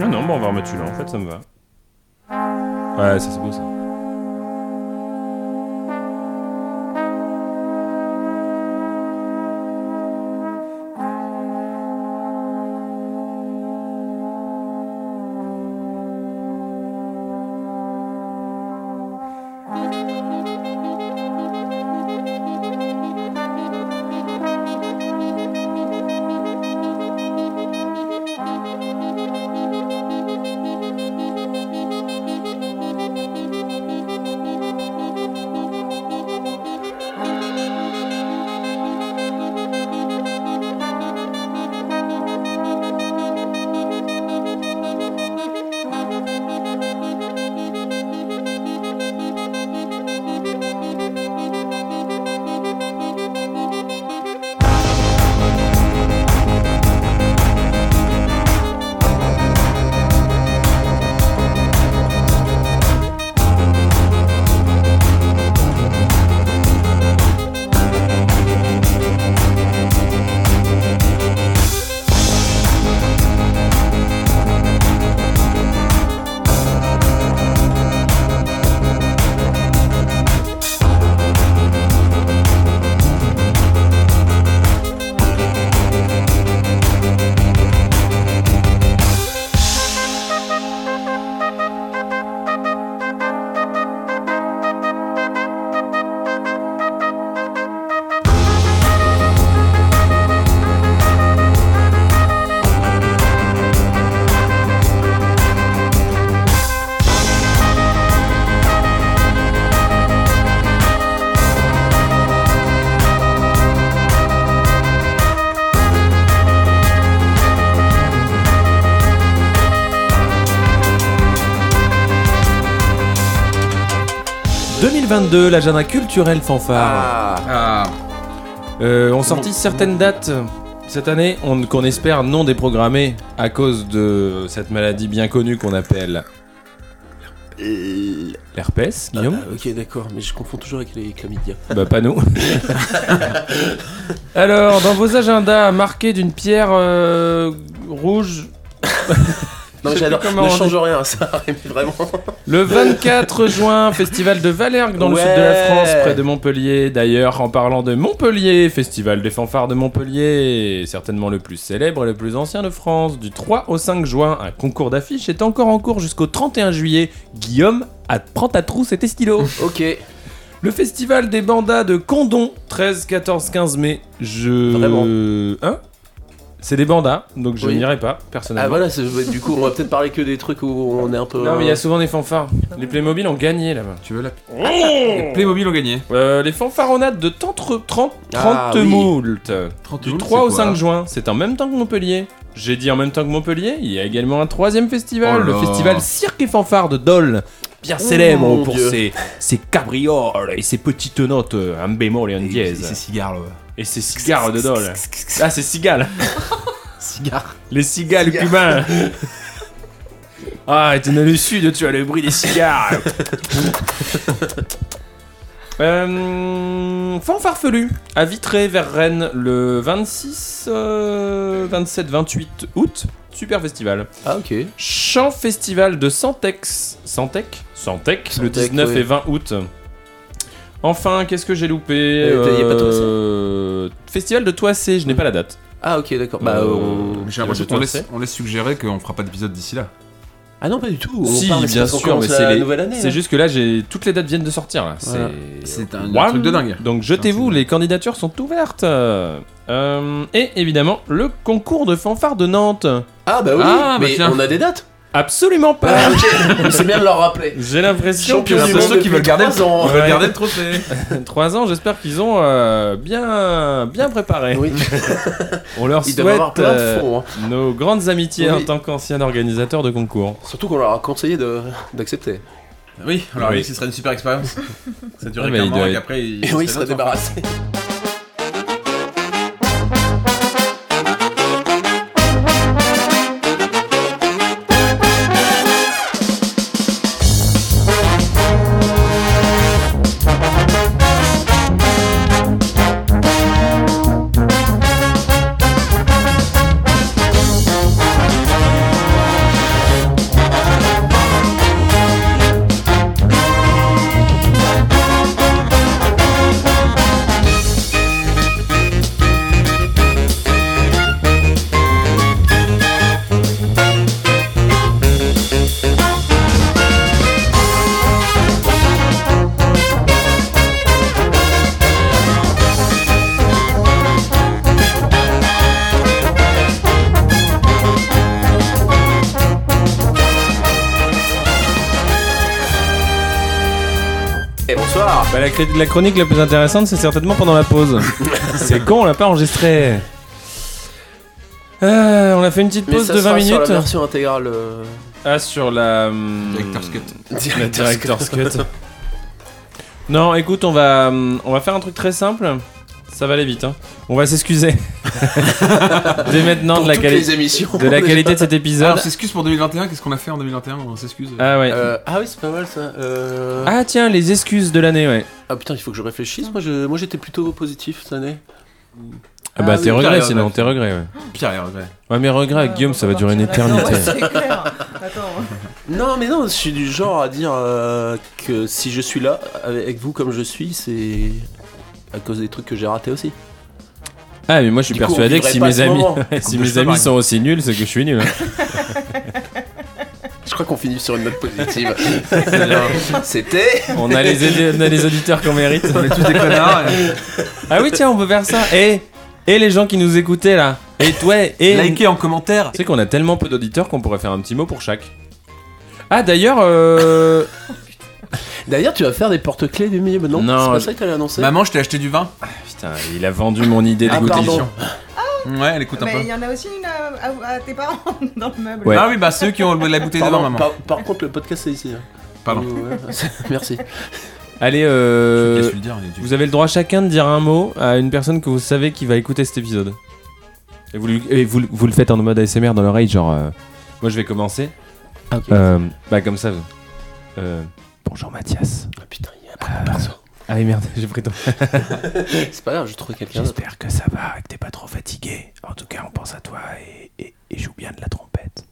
Speaker 4: Non, Ah non, bon, on va remettre celui-là, en fait, ça me va. Ouais, ça c'est beau ça. 2022, l'agenda culturel
Speaker 6: Ah.
Speaker 4: fanfare. Euh, on sortit certaines dates cette année on- qu'on espère non déprogrammées à cause de cette maladie bien connue qu'on appelle l'herpès,
Speaker 5: Ah,
Speaker 4: Guillaume.
Speaker 5: ah, ok, d'accord, mais je confonds toujours avec les chlamydia.
Speaker 4: Bah pas nous. Alors, dans vos agendas marqués d'une pierre euh, rouge.
Speaker 5: non,
Speaker 4: Je
Speaker 5: mais
Speaker 4: sais
Speaker 5: j'adore.
Speaker 4: plus comment
Speaker 5: Ne
Speaker 4: on
Speaker 5: change
Speaker 4: dit.
Speaker 5: rien, ça arrive vraiment.
Speaker 4: Le 24 juin, festival de Valergue dans
Speaker 5: Ouais.
Speaker 4: le sud de la France, près de Montpellier. D'ailleurs, en parlant de Montpellier, festival des fanfares de Montpellier, certainement le plus célèbre et le plus ancien de France. Du 3 au 5 juin, un concours d'affiches est encore en cours jusqu'au 31 juillet. Guillaume, à- prends ta trousse et tes stylos.
Speaker 5: ok.
Speaker 4: Le festival des bandas de Condon, 13, 14, 15 mai. Je.
Speaker 5: Vraiment
Speaker 4: Hein C'est des bandas, donc je
Speaker 5: Oui.
Speaker 4: n'irai pas,
Speaker 5: Ah
Speaker 4: personnellement.
Speaker 5: voilà, c'est- ouais, du coup, on va peut-être parler que des trucs où on est un peu.
Speaker 4: Non, mais il y a souvent des fanfares. Les Playmobil ont gagné là-bas.
Speaker 6: Tu veux la.
Speaker 4: Oh Les
Speaker 6: Playmobil ont gagné.
Speaker 4: Euh, les fanfaronnades de 30, 30, 30
Speaker 6: Ah, oui.
Speaker 4: moult.
Speaker 6: 30
Speaker 4: du
Speaker 6: moult,
Speaker 4: 3
Speaker 6: c'est
Speaker 4: au
Speaker 6: quoi
Speaker 4: 5 juin, c'est en même temps que Montpellier. J'ai dit en même temps que Montpellier, il y a également un troisième festival,
Speaker 6: Oh
Speaker 4: le
Speaker 6: là.
Speaker 4: festival Cirque et Fanfare de Dole. Bien
Speaker 6: Oh
Speaker 4: célèbre
Speaker 6: mon
Speaker 4: pour
Speaker 6: Dieu.
Speaker 4: ses, ses cabrioles et ses petites notes, euh, un bémol et un dièse.
Speaker 6: ses cigares, là.
Speaker 4: Et ses cigares de Dole. Ah, c'est cigales.
Speaker 5: Cigares.
Speaker 4: Les cigales
Speaker 5: Cigares.
Speaker 4: cubains. Ah, t'es dans le sud, tu as le bruit des cigares. euh, Fanfarfelu, à Vitré, vers Rennes, le 26, euh, 27, 28 août. Super festival.
Speaker 5: Ah, ok.
Speaker 4: Chant Festival de Santex. Santec Santec, le
Speaker 5: Santec,
Speaker 4: 19
Speaker 5: ouais.
Speaker 4: et 20 août. Enfin, qu'est-ce que j'ai loupé
Speaker 5: Euh, t'as- y a pas Toissé
Speaker 4: Euh, Festival de Toissé, je n'ai pas la date.
Speaker 5: Ah, ok, d'accord. Bah,
Speaker 4: Euh,
Speaker 5: on...
Speaker 6: J'ai l'impression
Speaker 4: de
Speaker 6: qu'on
Speaker 4: Toissé.
Speaker 6: laisse, on laisse suggérer qu'on fera pas d'épisode d'ici là.
Speaker 5: Ah non, pas du tout. On
Speaker 4: si,
Speaker 5: parle,
Speaker 4: bien
Speaker 5: parce qu'on
Speaker 4: sûr,
Speaker 5: commence
Speaker 4: mais c'est
Speaker 5: la
Speaker 4: les-
Speaker 5: nouvelle année, hein.
Speaker 4: C'est
Speaker 5: là.
Speaker 4: juste que là, j'ai toutes les dates viennent de sortir là.
Speaker 5: Eh Voilà.
Speaker 4: C'est
Speaker 6: C'est un- un
Speaker 4: Wouam
Speaker 6: truc de dingue.
Speaker 4: Donc jetez-vous, les candidatures sont ouvertes. Euh, et évidemment, le concours de fanfare de Nantes.
Speaker 5: Ah bah oui,
Speaker 4: Ah, bah
Speaker 5: mais
Speaker 4: tiens.
Speaker 5: on a des dates.
Speaker 4: Absolument pas.
Speaker 5: Ah, ok. C'est bien de leur rappeler.
Speaker 4: J'ai l'impression
Speaker 5: Champion
Speaker 4: que-
Speaker 5: du monde depuis trois ans.
Speaker 4: Ouais.
Speaker 6: trophée.
Speaker 4: Trois ans, j'espère qu'ils ont euh, bien, bien préparé.
Speaker 5: Oui.
Speaker 4: On leur
Speaker 5: Ils doivent
Speaker 4: souhaite
Speaker 5: avoir plein de hein. fonds,
Speaker 4: euh, nos grandes amitiés
Speaker 5: Oui.
Speaker 4: en tant qu'anciens organisateurs de concours.
Speaker 5: Surtout qu'on leur a conseillé de- d'accepter.
Speaker 6: Oui, alors
Speaker 4: Oui.
Speaker 6: oui. ce serait une super expérience. Ça durait
Speaker 4: Ah, bah,
Speaker 6: qu'un
Speaker 4: il
Speaker 6: an
Speaker 4: doit
Speaker 6: et
Speaker 4: être-
Speaker 6: qu'après il.
Speaker 5: Et
Speaker 12: Eh
Speaker 5: oui, ils seraient débarrassés. Et bonsoir.
Speaker 4: Bah, la, cri- la chronique la plus intéressante, c'est certainement pendant la pause. c'est con, on l'a pas enregistré. Euh, on a fait une petite
Speaker 5: Mais
Speaker 4: pause
Speaker 5: ça
Speaker 4: de 20
Speaker 5: sera sur
Speaker 4: minutes.
Speaker 5: la version intégrale. euh,
Speaker 4: Ah, sur la. hum,
Speaker 6: Director's cut.
Speaker 4: La
Speaker 5: Director's
Speaker 4: Director's
Speaker 5: Cut.
Speaker 4: Cut. Non, écoute, on va, hum, on va faire un truc très simple. Ça va aller vite. hein. On va s'excuser. Dès maintenant
Speaker 5: Pour
Speaker 4: de la,
Speaker 5: toutes
Speaker 4: quali-
Speaker 5: les émissions,
Speaker 4: de la
Speaker 5: déjà.
Speaker 4: qualité de cet
Speaker 6: Alors,
Speaker 12: Ah,
Speaker 4: épisode.
Speaker 12: bah.
Speaker 6: on s'excuse pour 2021. Qu'est-ce qu'on a fait en 2021 On s'excuse.
Speaker 4: Ah ouais.
Speaker 5: Euh, ah oui, c'est pas mal ça. Euh,
Speaker 4: Ah tiens, les excuses de l'année, ouais.
Speaker 5: Ah putain, il faut que je réfléchisse. Moi, je- moi, j'étais plutôt positif cette année.
Speaker 4: Ah bah
Speaker 5: Ah
Speaker 4: tes
Speaker 5: oui,
Speaker 4: regrets
Speaker 6: carrément,
Speaker 4: sinon,
Speaker 6: ouais.
Speaker 4: tes regrets, ouais.
Speaker 6: Pire erreur, ouais.
Speaker 4: Ouais, mes regrets, avec Guillaume, ça va durer une éternité.
Speaker 1: C'est clair. Attends.
Speaker 5: Non, mais non, je suis du genre à dire euh, que si je suis là avec vous comme je suis, c'est à cause des trucs que j'ai ratés aussi.
Speaker 4: Ah mais moi je suis
Speaker 5: Du coup, on
Speaker 4: persuadé que
Speaker 5: vivrait
Speaker 4: si
Speaker 5: pas
Speaker 4: mes
Speaker 5: ce
Speaker 4: amis,
Speaker 5: moment.
Speaker 4: si
Speaker 6: Coupe de
Speaker 4: mes
Speaker 6: cheveux,
Speaker 4: amis
Speaker 6: par
Speaker 4: sont aussi nuls, c'est que je suis nul. hein.
Speaker 5: Je crois qu'on finit sur une note positive. C'était.
Speaker 4: On a les, audi- on a les auditeurs qu'on mérite.
Speaker 6: On est tous des connards. et-
Speaker 4: Ah oui tiens, on peut faire ça. Et et les gens qui nous écoutaient là. Et toi et
Speaker 6: Likez en commentaire.
Speaker 4: Tu sais qu'on a tellement peu d'auditeurs qu'on pourrait faire un petit mot pour chaque. Ah d'ailleurs, euh...
Speaker 5: D'ailleurs, tu vas faire des porte-clés du milieu, non
Speaker 4: Non,
Speaker 5: C'est pas
Speaker 4: je-
Speaker 5: ça que t'avais annoncé
Speaker 6: Maman, je t'ai acheté du vin.
Speaker 4: putain, il a vendu mon idée
Speaker 5: Ah,
Speaker 4: d'écouter
Speaker 5: pardon.
Speaker 4: l'émission.
Speaker 6: Ouais, elle écoute un
Speaker 12: Mais il
Speaker 6: peu.
Speaker 12: y en a aussi une à, à- à tes parents dans le meuble.
Speaker 4: Ouais.
Speaker 6: Ah oui, bah ceux qui ont la bouteille de
Speaker 5: Pardon,
Speaker 6: vin, maman.
Speaker 5: par, par contre, le podcast c'est ici. hein.
Speaker 6: Pardon.
Speaker 5: Ouais, Merci.
Speaker 4: Allez, euh,
Speaker 6: Je te laisse le dire, les dieux.
Speaker 4: vous avez le droit chacun de dire un mot à une personne que vous savez qui va écouter cet épisode. Et vous, lui- et vous, vous le faites en mode ASMR dans l'oreille, genre. euh, moi, je vais commencer.
Speaker 5: Ah,
Speaker 4: Euh, bah, comme ça. vous- euh, bonjour Mathias. Ah putain, il y a pas de Ah oui, merde, j'ai pris ton.
Speaker 5: C'est pas grave, je trouve quelqu'un.
Speaker 4: J'espère que ça va, que t'es pas trop fatigué. En tout cas, on pense à toi et, et- et joue bien de la trompette.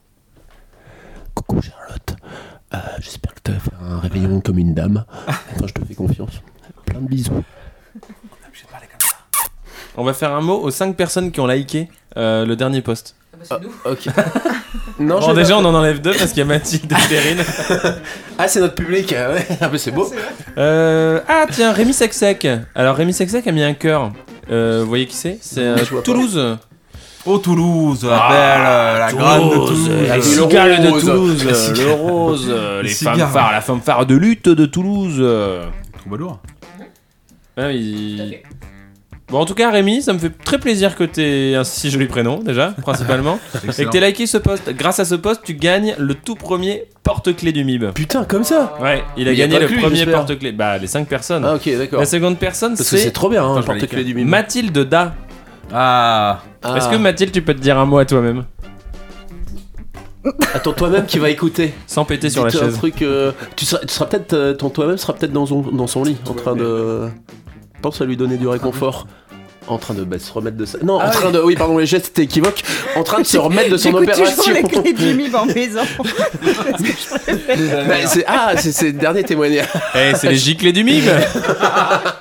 Speaker 5: Coucou Charlotte. Euh, J'espère que tu vas faire un réveillon comme une dame. Enfin, je te fais confiance. Plein de bisous.
Speaker 4: On va faire un mot aux 5 personnes qui ont liké euh, le dernier post.
Speaker 5: Ok. Non,
Speaker 4: bon,
Speaker 5: j'ai
Speaker 4: déjà,
Speaker 5: pas-
Speaker 4: on en enlève deux parce qu'il y a Mathilde et Perrine.
Speaker 5: Ah, c'est notre public. ah Ouais. Ah, mais c'est beau.
Speaker 4: Euh, ah, tiens, Rémi Sexsec. Alors, Rémi Sexsec a mis un cœur. Euh, vous voyez qui c'est C'est euh,
Speaker 6: Je vois pas.
Speaker 4: Toulouse.
Speaker 6: Oh Toulouse,
Speaker 5: Ah,
Speaker 6: la belle, euh, la grande de Toulouse.
Speaker 4: Les
Speaker 6: Le
Speaker 4: cigales de
Speaker 6: rose.
Speaker 4: Toulouse,
Speaker 6: Les cigales.
Speaker 4: le rose, euh, les
Speaker 6: Les cigares.
Speaker 4: fanfares, la fanfare de lutte de Toulouse. euh.
Speaker 6: Troubadour.
Speaker 4: Ah, il- Bon, en tout cas, Rémi, ça me fait très plaisir que t'aies un si joli prénom, déjà, principalement. et que
Speaker 6: Excellent.
Speaker 4: t'aies liké ce poste. Grâce à ce poste, tu gagnes le tout premier porte-clé du MIB.
Speaker 5: Putain, comme ça
Speaker 4: Ouais, il a
Speaker 5: Mais y a
Speaker 4: gagné
Speaker 5: pas
Speaker 4: le
Speaker 5: que lui,
Speaker 4: premier
Speaker 5: j'espère.
Speaker 4: porte-clé. Bah, les 5 personnes.
Speaker 5: Ah, ok, d'accord.
Speaker 4: La seconde personne,
Speaker 5: Parce que c'est trop bien, hein, Attends, je vais porte-clés aller. du MIB.
Speaker 4: Mathilde Da.
Speaker 6: Ah.
Speaker 4: Est-ce que Mathilde, tu peux te dire un mot à toi-même
Speaker 5: À ton toi-même qui va écouter.
Speaker 4: Sans péter sur la
Speaker 5: Dites un
Speaker 4: chaise.
Speaker 5: truc. euh, tu seras, tu seras peut-être. euh, ton toi-même sera peut-être dans son, dans son lit, en train de. Pense à lui donner du réconfort. En train de bah, se remettre de sa. Non, en train de. Ah Oui, pardon, les gestes étaient équivoques. En train de se remettre de son
Speaker 12: J'écoute
Speaker 5: opération.
Speaker 12: toujours les clés de Jimmy en maison. Parce que je préfère.
Speaker 5: Bah, c'est- ah, c'est c'est le dernier témoignage.
Speaker 4: Eh, c'est les giclées du MIB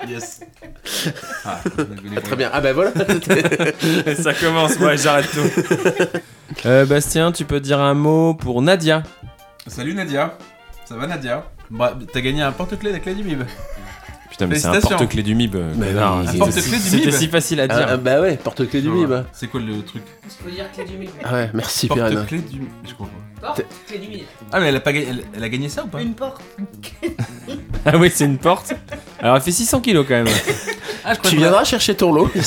Speaker 6: Yes.
Speaker 5: Ah, très bien. Ah, bah voilà.
Speaker 4: Ça commence, moi, j'arrête tout. Euh, Bastien, tu peux dire un mot pour Nadia.
Speaker 6: Salut Nadia. Ça va Nadia Bah, t'as gagné un porte-clé avec la Mib.
Speaker 4: Putain, mais c'est un
Speaker 6: Félicitations.
Speaker 4: porte-clé du MIB.
Speaker 5: Mais
Speaker 4: non,
Speaker 5: oui,
Speaker 4: c'était-
Speaker 5: Un
Speaker 6: porte-clé du
Speaker 4: C'était
Speaker 6: MIB.
Speaker 4: si facile à dire.
Speaker 5: Ah, bah ouais, porte-clé du MIB.
Speaker 4: bah.
Speaker 6: C'est quoi le truc
Speaker 8: Tu peux dire clé du mille.
Speaker 5: Ah ouais, merci Perrine.
Speaker 6: Porte-clé du Je comprends pas.
Speaker 8: Porte, clé du mille.
Speaker 6: Ah mais elle a pas gagné elle, elle a gagné ça ou pas
Speaker 12: Une porte.
Speaker 4: Ah oui, c'est une porte. Alors, elle fait 600 kilos quand même.
Speaker 6: Ah je croyais
Speaker 5: Tu
Speaker 6: qu'on a-
Speaker 5: viendras chercher ton lot.
Speaker 6: je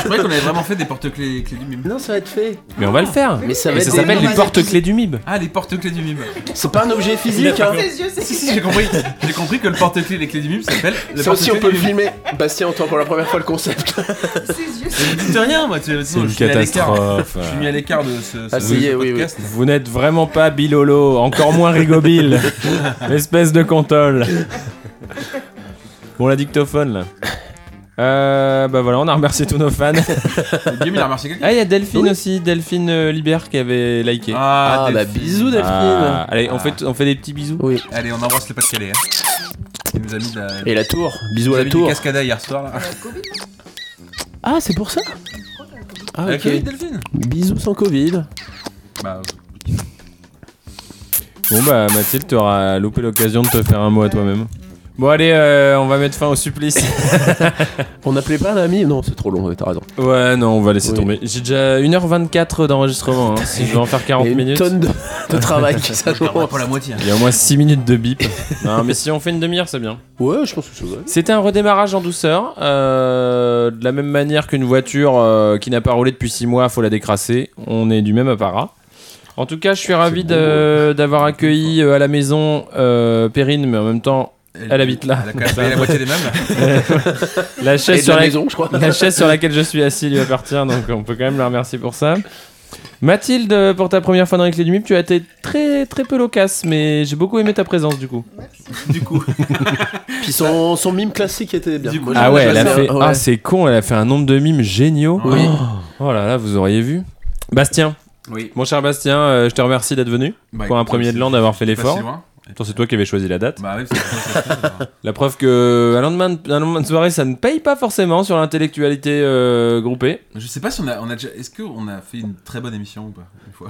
Speaker 6: croyais qu'on avait vraiment fait des porte-clés clés du MIB.
Speaker 5: non, ça va être fait.
Speaker 4: Mais on va le faire.
Speaker 5: Mais ça va
Speaker 4: Et
Speaker 5: être
Speaker 4: ça
Speaker 5: des-
Speaker 4: s'appelle
Speaker 5: non,
Speaker 4: les
Speaker 5: mais-
Speaker 4: porte-clés du MIB.
Speaker 6: Ah les porte-clés du MIB.
Speaker 5: C'est pas un objet physique, hein.
Speaker 12: Ses yeux,
Speaker 6: si
Speaker 12: c'est
Speaker 6: si j'ai compris. J'ai compris que le porte-clés les clés du MIB s'appelle le
Speaker 5: Ça aussi, on
Speaker 6: porte-clés
Speaker 5: peut
Speaker 6: du
Speaker 5: le
Speaker 6: MIB.
Speaker 5: filmer. Bastien entend pour la première fois le concept.
Speaker 12: ses yeux.
Speaker 6: Mais Dites rien moi, tu
Speaker 4: C'est
Speaker 6: sinon,
Speaker 4: une
Speaker 6: je suis mis à l'écart.
Speaker 4: catastrophe.
Speaker 6: Je suis mis à l'écart de ce, ce-
Speaker 5: Ah, ça y est,
Speaker 6: ce
Speaker 5: oui, oui.
Speaker 6: podcast.
Speaker 4: Vous n'êtes vraiment pas Bilolo, encore moins Rigobile, espèce de contole. Bon, la dictophone là. Euh, bah voilà, on a remercié tous nos fans.
Speaker 6: Guillaume, il a remercié quelqu'un
Speaker 4: Ah, il y a Delphine aussi, Delphine euh, Libert qui avait liké.
Speaker 5: Ah, bah
Speaker 6: Delphine.
Speaker 5: bisous, Delphine.
Speaker 4: Ah, allez, on fait, on fait des petits bisous.
Speaker 5: Oui.
Speaker 6: Allez, on embrasse le Pas-de-Calais. Hein. Il nous a mis de la,
Speaker 5: Et la tour.
Speaker 6: il
Speaker 5: Bisous
Speaker 6: nous
Speaker 5: à
Speaker 6: a
Speaker 5: la
Speaker 6: mis du
Speaker 5: tour.
Speaker 6: cascada hier soir. Là.
Speaker 5: Ah, c'est pour ça Ah,
Speaker 6: Avec
Speaker 5: ok.
Speaker 6: Covid, Delphine
Speaker 5: Bisous sans Covid.
Speaker 6: Bah,
Speaker 4: Bon, bah Mathilde, t'auras loupé l'occasion de te faire un mot à toi-même. Bon, allez, euh, on va mettre fin au supplice.
Speaker 5: On n'appelait pas un ami Non, c'est trop long, ouais, t'as raison.
Speaker 4: Ouais, non, on va laisser
Speaker 5: Oui.
Speaker 4: tomber. J'ai déjà 1h24 d'enregistrement. hein. Si je vais en faire 40
Speaker 5: Il y a une
Speaker 4: minutes.
Speaker 5: tonne de, de travail qui
Speaker 6: on va
Speaker 5: s'annonce.
Speaker 6: pour la moitié. hein.
Speaker 4: Il y a au moins 6 minutes de bip. non, mais si on fait une demi-heure, c'est bien.
Speaker 5: Ouais, je pense que ça va.
Speaker 4: C'était un redémarrage en douceur. euh, de la même manière qu'une voiture euh, qui n'a pas roulé depuis 6 mois, faut la décrasser. On est du même apparat. En tout cas, je suis ravi de- d'avoir accueilli euh, à la maison euh, Perrine, mais en même temps Elle habite là.
Speaker 6: Elle a quand même payé la moitié des meubles.
Speaker 4: la
Speaker 5: Et
Speaker 4: chaise
Speaker 5: de
Speaker 4: sur
Speaker 5: la
Speaker 4: la,
Speaker 5: maison, je crois.
Speaker 4: la chaise sur laquelle je suis assis lui appartient, donc on peut quand même la remercier pour ça. Mathilde, pour ta première fois dans les clés du MIP, tu as été très très peu loquace, mais j'ai beaucoup aimé ta présence du coup.
Speaker 6: Du coup,
Speaker 5: Puis son, son mime classique était bien.
Speaker 6: Du coup,
Speaker 5: Moi,
Speaker 4: Ah
Speaker 5: j'en ai
Speaker 4: ouais, elle a
Speaker 5: passé
Speaker 4: fait.
Speaker 5: un, ouais.
Speaker 4: Ah, c'est con, elle a fait un nombre de mimes géniaux.
Speaker 6: Oui.
Speaker 4: Oh, oh là là, vous auriez vu. Bastien,
Speaker 6: oui.
Speaker 4: mon cher Bastien, euh, je te remercie d'être venu
Speaker 6: Bah,
Speaker 4: pour un
Speaker 6: écoute,
Speaker 4: premier de l'an
Speaker 6: c'est-
Speaker 4: d'avoir fait
Speaker 6: c'est pas
Speaker 4: l'effort.
Speaker 6: si loin.
Speaker 4: Attends, c'est toi qui avais choisi la date.
Speaker 6: Bah, oui, c'est c'est- c'est- c'est-
Speaker 4: La preuve que euh, un lendemain, de, un lendemain de soirée, ça ne paye pas forcément sur l'intellectualité euh, groupée.
Speaker 6: Je sais pas si on a, on a déjà. Est-ce qu'on a fait une très bonne émission ou pas une fois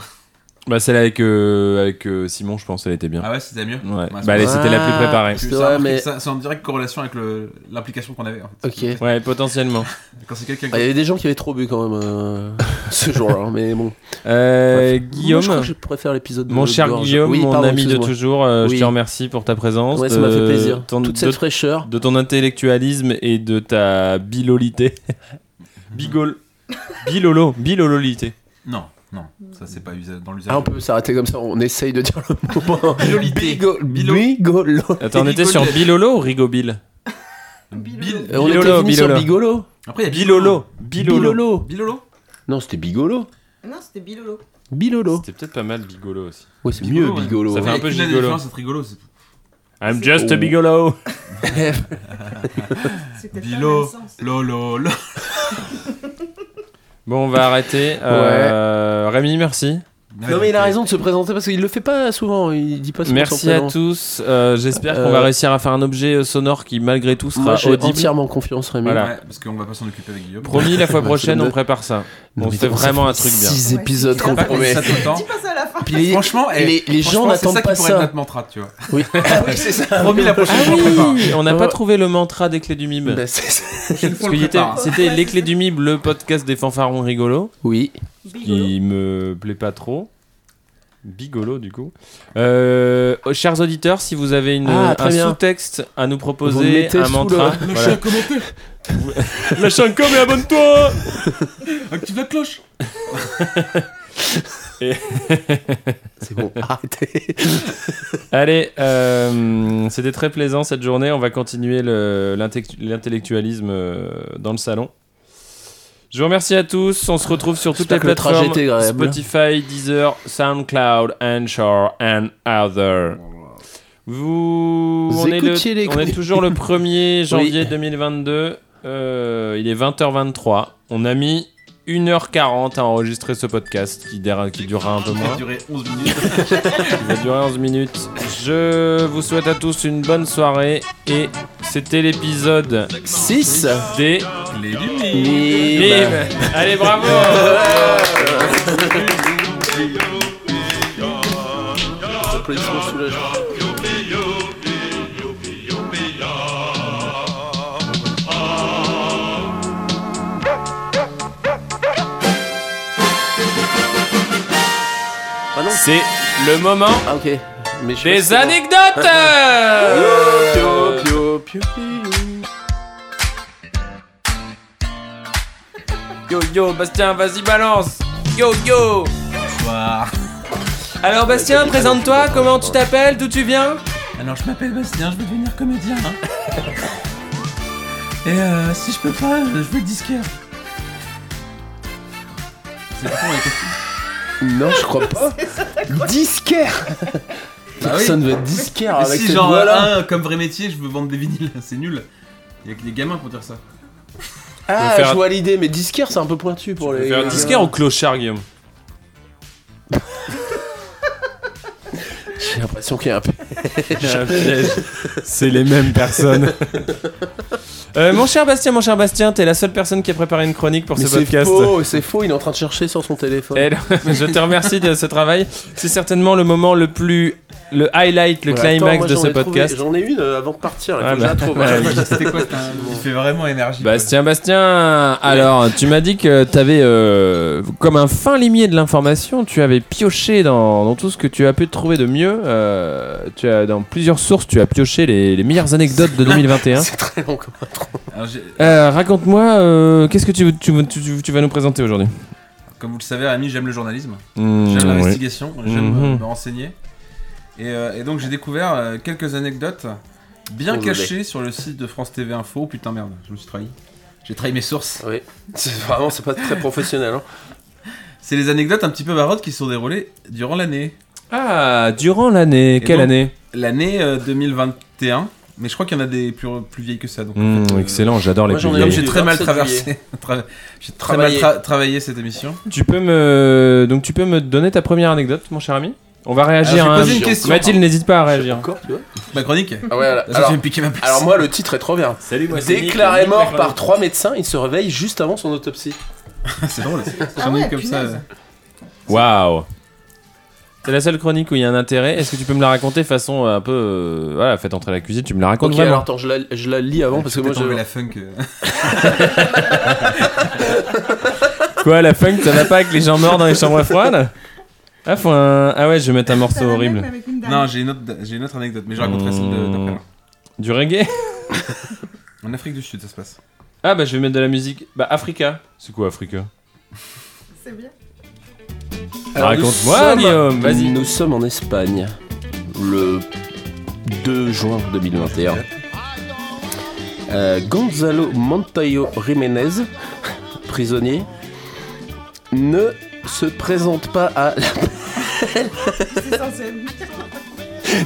Speaker 4: Bah celle avec euh, avec euh, Simon, je pense, elle était bien.
Speaker 6: Ah ouais, c'était mieux
Speaker 4: Ouais.
Speaker 6: Bah,
Speaker 4: Bah, elle-
Speaker 6: c'est-
Speaker 4: c'était la plus préparée.
Speaker 5: c'est
Speaker 6: ça
Speaker 5: vrai,
Speaker 6: remarque
Speaker 5: mais.
Speaker 6: que ça- C'est en direct corrélation avec le- l'implication qu'on avait. en fait.
Speaker 5: Ok. Ah,
Speaker 4: Ouais, potentiellement.
Speaker 6: Quand c'est quelqu'un
Speaker 5: Il y
Speaker 6: qui.
Speaker 5: avait des gens qui avaient trop bu quand même euh, ce jour-là, hein, mais bon.
Speaker 4: Euh,
Speaker 5: Moi, je crois
Speaker 4: Guillaume,
Speaker 5: que je préfère l'épisode de
Speaker 4: mon cher
Speaker 5: Gorge.
Speaker 4: Guillaume,
Speaker 5: Oui,
Speaker 4: mon
Speaker 5: pardon,
Speaker 4: ami de
Speaker 5: excuse-moi.
Speaker 4: toujours, euh, je
Speaker 5: Oui.
Speaker 4: te remercie pour ta présence.
Speaker 5: Ouais, ça m'a fait
Speaker 4: de
Speaker 5: plaisir.
Speaker 4: ton-
Speaker 5: Toute
Speaker 4: de-
Speaker 5: cette fraîcheur.
Speaker 4: de ton intellectualisme et de ta bilolité. Bigol. Bilolo, bilololité.
Speaker 6: Non. Non, ça c'est pas usa- dans l'usage.
Speaker 5: Ah, on peut s'arrêter comme ça, on essaye de dire le mot.
Speaker 6: Bilolité.
Speaker 5: Bigo- Bigolo.
Speaker 4: Attends, on était sur Bilolo ou Rigobile
Speaker 5: Euh, On était venu sur Bigolo.
Speaker 6: Après, il y a
Speaker 4: Bilolo. Bilolo.
Speaker 6: Bilolo
Speaker 5: Non, c'était Bigolo.
Speaker 12: Non, c'était Bilolo.
Speaker 5: Bilolo.
Speaker 4: C'était peut-être pas mal Bigolo aussi.
Speaker 5: Ouais, c'est mieux Bigolo.
Speaker 4: Ça fait un
Speaker 6: Ouais,
Speaker 4: peu
Speaker 6: et puis la
Speaker 4: gigolo.
Speaker 6: différence, c'est rigolo, c'est-
Speaker 4: I'm just a
Speaker 5: Oh.
Speaker 4: Bigolo.
Speaker 6: Bilo, lolo, lolo.
Speaker 4: Bon, on va arrêter. Euh, Rémi, merci.
Speaker 5: Non, mais il a raison de se présenter parce qu'il le fait pas souvent. Il dit pas souvent son
Speaker 4: Merci à
Speaker 5: prénom.
Speaker 4: tous. Euh, J'espère qu'on
Speaker 5: Euh,
Speaker 4: va réussir à faire un objet euh, sonore qui, malgré tout, sera
Speaker 5: Moi, j'ai
Speaker 4: audible.
Speaker 5: entièrement confiance, Rémi.
Speaker 4: Voilà.
Speaker 6: Ouais, parce qu'on va pas s'en occuper avec Guillaume.
Speaker 4: Promis, la fois prochaine,
Speaker 5: Je me-
Speaker 4: on prépare ça.
Speaker 5: Non,
Speaker 4: on
Speaker 5: mais
Speaker 4: se fait
Speaker 5: comment ça
Speaker 4: vraiment
Speaker 5: fait
Speaker 4: un truc bien.
Speaker 5: Six épisodes qu'on
Speaker 6: Pas qu'on
Speaker 5: promet.
Speaker 6: dise ça tout le temps.
Speaker 12: Dis pas ça à la fin.
Speaker 5: Puis les-
Speaker 6: Franchement, eh,
Speaker 5: les- les gens
Speaker 6: franchement,
Speaker 5: n'attendent
Speaker 6: c'est ça
Speaker 5: pas
Speaker 6: qui pourrait être
Speaker 5: ça. Ah
Speaker 6: notre mantra, tu vois.
Speaker 5: Oui. Bah,
Speaker 6: oui, c'est ça. Promis, la prochaine
Speaker 4: Ah
Speaker 6: fois, on prépare.
Speaker 4: oui, on n'a pas
Speaker 5: Ouais.
Speaker 4: trouvé le mantra des clés du mime.
Speaker 5: Bah, c'est ça.
Speaker 4: Parce
Speaker 6: on
Speaker 4: qu'il
Speaker 6: le
Speaker 4: était-
Speaker 6: prépare.
Speaker 4: C'était les clés du mime, le podcast des fanfarons rigolos,
Speaker 5: Oui.
Speaker 12: Bilolo.
Speaker 4: qui me plaît pas trop. Bigolo du coup. Euh, chers auditeurs, si vous avez une,
Speaker 5: Ah, très
Speaker 4: un
Speaker 5: bien.
Speaker 4: sous-texte à nous
Speaker 5: Vous le
Speaker 4: proposer,
Speaker 5: mettez
Speaker 4: un
Speaker 5: sous
Speaker 4: mantra,
Speaker 5: le-
Speaker 4: voilà. lâche un com et abonne-toi.
Speaker 6: Active la cloche.
Speaker 5: C'est bon, arrêtez.
Speaker 4: Allez, euh, c'était très plaisant cette journée. On va continuer le- l'intec- l'intellectualisme euh, dans le salon. Je vous remercie à tous. On se retrouve sur toutes
Speaker 5: J'espère
Speaker 4: les
Speaker 5: que le trajet
Speaker 4: plateformes
Speaker 5: était agréable.
Speaker 4: Spotify, Deezer, SoundCloud, Anchor and other. Vous,
Speaker 5: Vous
Speaker 4: on, est le-
Speaker 5: écoutiez les
Speaker 4: on est toujours le 1er janvier
Speaker 5: Oui.
Speaker 4: 2022. Euh, il est 20h23. On a mis 1h40 à enregistrer ce podcast qui, déra- qui durera un peu
Speaker 6: Ça
Speaker 4: moins.
Speaker 6: a duré 11 minutes.
Speaker 4: Il va durer 11 minutes. Je vous souhaite à tous une bonne soirée et c'était l'épisode
Speaker 5: 6.
Speaker 4: des
Speaker 6: Les lumières.
Speaker 5: Eh
Speaker 4: Limes. Allez, bravo bah,
Speaker 5: Ah non.
Speaker 4: C'est le moment
Speaker 5: Ah, ok. Mais je sais pas si
Speaker 4: des
Speaker 5: c'est bon.
Speaker 4: anecdotes
Speaker 5: Pio, pio, pio, pio.
Speaker 4: Yo yo, Bastien, vas-y, balance Yo yo
Speaker 6: Bonsoir.
Speaker 4: Alors Bastien, présente-toi, comment tu t'appelles, d'où tu viens
Speaker 6: Alors, je m'appelle Bastien, je veux devenir comédien. hein. Et euh, si je peux pas, je veux le disquaire. C'est con,
Speaker 5: Ah,
Speaker 6: elle était-
Speaker 5: Non, je crois pas. Disquaire
Speaker 6: Bah oui.
Speaker 5: Personne veut être disquaire
Speaker 6: Mais
Speaker 5: avec
Speaker 6: si,
Speaker 5: cette
Speaker 6: genre,
Speaker 5: voix-là.
Speaker 6: un, comme vrai métier, je veux vendre des vinyles, c'est nul. Il y a que des gamins pour dire ça.
Speaker 5: Ah,
Speaker 4: faire-
Speaker 5: je vois l'idée, mais disquaire, c'est un peu pointu pour les.
Speaker 4: Faire disquaire ou clochard, Guillaume
Speaker 5: J'ai l'impression qu'il y a un peu.
Speaker 4: C'est les mêmes personnes. Euh, mon cher Bastien, mon cher Bastien, t'es la seule personne qui a préparé une chronique pour
Speaker 5: Mais
Speaker 4: ce
Speaker 5: c'est
Speaker 4: podcast.
Speaker 5: faux, c'est faux, il est en train de chercher sur son téléphone.
Speaker 4: Eh, je te remercie de ce travail. C'est certainement le moment le plus. le highlight, le
Speaker 5: Voilà, attends,
Speaker 4: climax
Speaker 5: moi,
Speaker 4: de
Speaker 5: j'en
Speaker 4: ce
Speaker 5: ai trouvé-
Speaker 4: podcast.
Speaker 5: J'en ai une euh, avant de partir, il faut
Speaker 4: Ouais,
Speaker 5: que je la
Speaker 4: bah-
Speaker 5: trouve.
Speaker 6: C'était quoi t'as- Il fait vraiment énergie.
Speaker 4: Bastien, Bastien, alors tu m'as dit que t'avais, euh, comme un fin limier de l'information, tu avais pioché dans, dans tout ce que tu as pu trouver de mieux. euh, tu as, dans plusieurs sources, tu as pioché les, les meilleures anecdotes de 2021.
Speaker 5: C'est très long comme intro.
Speaker 6: Alors, j'ai-
Speaker 4: Euh, Raconte-moi, euh, qu'est-ce que tu, tu- tu- tu vas nous présenter aujourd'hui
Speaker 6: Comme vous le savez, Rémi, j'aime le journalisme.
Speaker 4: Mmh,
Speaker 6: J'aime
Speaker 4: oui.
Speaker 6: l'investigation, j'aime
Speaker 4: Mhm.
Speaker 6: euh, me renseigner. Et, euh, et donc j'ai découvert euh, quelques anecdotes bien
Speaker 5: Oh,
Speaker 6: cachées sur le site de France TV Info. Putain merde, je me suis trahi. J'ai trahi mes sources.
Speaker 5: Ah Oui, c'est vraiment, c'est pas très professionnel. Hein.
Speaker 6: C'est les anecdotes un petit peu baroques qui sont déroulées durant l'année.
Speaker 4: Ah, durant l'année,
Speaker 6: Et
Speaker 4: quelle
Speaker 6: donc,
Speaker 4: année
Speaker 6: L'année euh, 2021, mais je crois qu'il y en a des plus, plus vieilles que ça. Donc, en
Speaker 4: Mmh,
Speaker 6: fait, euh,
Speaker 4: Excellent, j'adore les
Speaker 5: moi, j'en ai
Speaker 4: plus
Speaker 5: une
Speaker 6: Comme
Speaker 4: vieilles.
Speaker 6: j'ai
Speaker 5: Du
Speaker 6: très mal
Speaker 5: 27
Speaker 6: traversé, tra- j'ai très mal
Speaker 5: Travaillé.
Speaker 6: tra- travaillé cette émission.
Speaker 4: Tu peux me donc tu peux me donner ta première anecdote, mon cher ami. On va réagir.
Speaker 6: Alors, Ah,
Speaker 4: hein.
Speaker 6: je vais poser une question.
Speaker 4: Mathilde, n'hésite pas à réagir.
Speaker 5: Encore, tu vois
Speaker 6: Ma chronique
Speaker 5: Ah ouais, alors,
Speaker 6: Ça, tu vas me piquer ma place.
Speaker 5: alors moi, le titre est trop bien.
Speaker 4: Salut,
Speaker 5: Déclaré mort par trois médecins, il se réveille juste avant son autopsie.
Speaker 6: c'est drôle.
Speaker 12: Ah
Speaker 6: J'en ai
Speaker 12: ouais,
Speaker 6: une comme ça.
Speaker 12: punaise.
Speaker 4: Waouh. C'est la seule chronique où il y a un intérêt. Est-ce que tu peux me la raconter façon euh, un peu euh, voilà, faites entrer la cuisine, tu me la racontes
Speaker 5: Ok,
Speaker 4: vraiment.
Speaker 5: alors attends, je la, je la lis avant parce que moi, je...
Speaker 6: j'ai la funk. euh.
Speaker 4: Quoi, la funk, ça va pas avec les gens morts dans les chambres froides Ah, faut un- ah ouais, je vais mettre un
Speaker 12: T'as
Speaker 4: morceau
Speaker 12: la
Speaker 4: horrible.
Speaker 12: même avec une dame.
Speaker 6: Non, j'ai une, autre, j'ai une autre anecdote, mais je raconterai celle de- d'après. là.
Speaker 4: Du reggae
Speaker 6: En Afrique du Sud, ça se passe.
Speaker 4: Ah bah je vais mettre de la musique. Bah Africa. C'est quoi Africa
Speaker 12: C'est bien.
Speaker 5: Alors, nous
Speaker 4: Raconte-moi,
Speaker 5: sommes-
Speaker 4: Guillaume, vas-y.
Speaker 5: Nous sommes en Espagne le 2 juin 2021. Euh, Gonzalo Montoyo Jiménez, prisonnier, ne se présente pas à l'appel.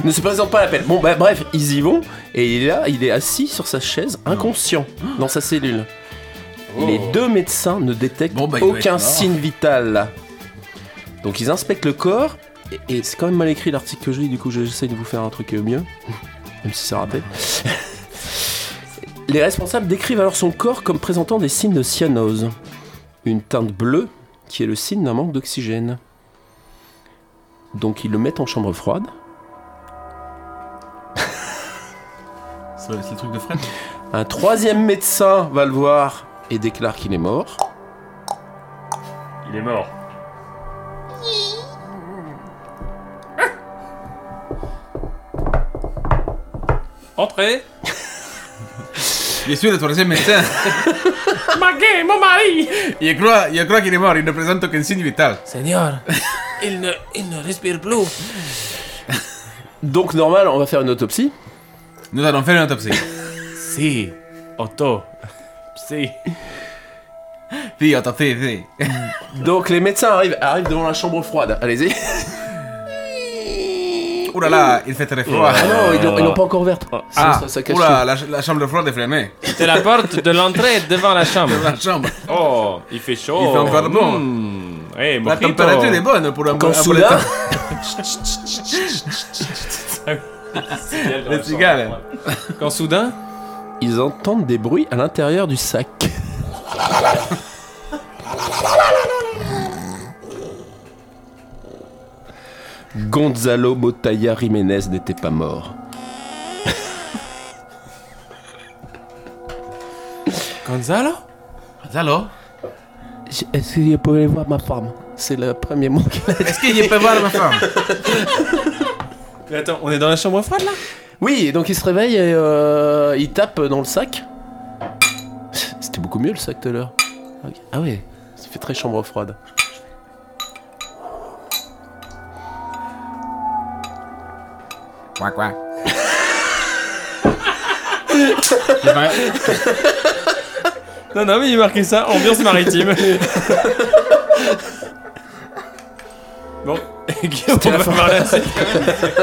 Speaker 5: ne se présente pas à l'appel. Bon, bah bref, ils y vont et il est là, il est assis sur sa chaise, inconscient, dans sa cellule. Les deux médecins ne détectent
Speaker 13: Oh. bah, il doit être
Speaker 5: aucun
Speaker 13: mort.
Speaker 5: signe vital. Donc ils inspectent le corps, et, et c'est quand même mal écrit l'article que je lis, du coup j'essaie de vous faire un truc euh, mieux, même si c'est raté. Les responsables décrivent alors son corps comme présentant des signes de cyanose. Une teinte bleue qui est le signe d'un manque d'oxygène. Donc ils le mettent en chambre froide.
Speaker 6: C'est le truc de Fred
Speaker 5: Un troisième médecin va le voir et déclare qu'il est mort.
Speaker 4: Il est mort. Entrez
Speaker 6: Je suis le troisième médecin.
Speaker 13: Ma gueule, mon mari
Speaker 6: Yo creo, yo creo que il est mort, il ne présente qu'un signe vital.
Speaker 13: Seigneur, il ne, il ne respire plus.
Speaker 5: Donc normal, on va faire une autopsie.
Speaker 6: Nous allons faire une autopsie.
Speaker 13: si, auto. Si.
Speaker 6: Si, autopsie, si.
Speaker 5: Donc les médecins arrivent, arrivent devant la chambre froide. Allez-y.
Speaker 6: Oh là Oh là, il fait très froid.
Speaker 5: Ah non, ils l'ont- ils l'ont pas encore ouverte.
Speaker 6: Ah,
Speaker 5: Ça- ça cache
Speaker 6: oh là, la, la chambre froide est fermée.
Speaker 4: C'est la porte de l'entrée devant la chambre.
Speaker 6: Devant la chambre.
Speaker 4: Oh, il fait chaud.
Speaker 6: Il fait encore bon.
Speaker 4: Mmh. Eh,
Speaker 6: La
Speaker 4: mojito.
Speaker 6: température est bonne pour un
Speaker 4: Quand
Speaker 6: un
Speaker 4: soudain-
Speaker 6: boletin.
Speaker 4: Les cigales. Quand soudain,
Speaker 5: Ils entendent des bruits à l'intérieur du sac. Gonzalo Botaya Jiménez n'était pas mort.
Speaker 4: Gonzalo
Speaker 6: Gonzalo
Speaker 5: Est-ce que vous pouvez voir ma femme C'est le premier mot qu'il a dit.
Speaker 6: Est-ce qu'il peut voir ma femme
Speaker 4: Mais attends, on est dans la chambre froide là
Speaker 5: Oui, donc il se réveille et euh, il tape dans le sac. C'était beaucoup mieux le sac tout à l'heure. Ok. Ah ouais, ça fait très chambre froide.
Speaker 6: Quoi quoi
Speaker 4: Non, non, mais il marquait ça, ambiance maritime. bon, Guillaume, on
Speaker 5: la
Speaker 4: va
Speaker 5: fin.
Speaker 4: parler assez.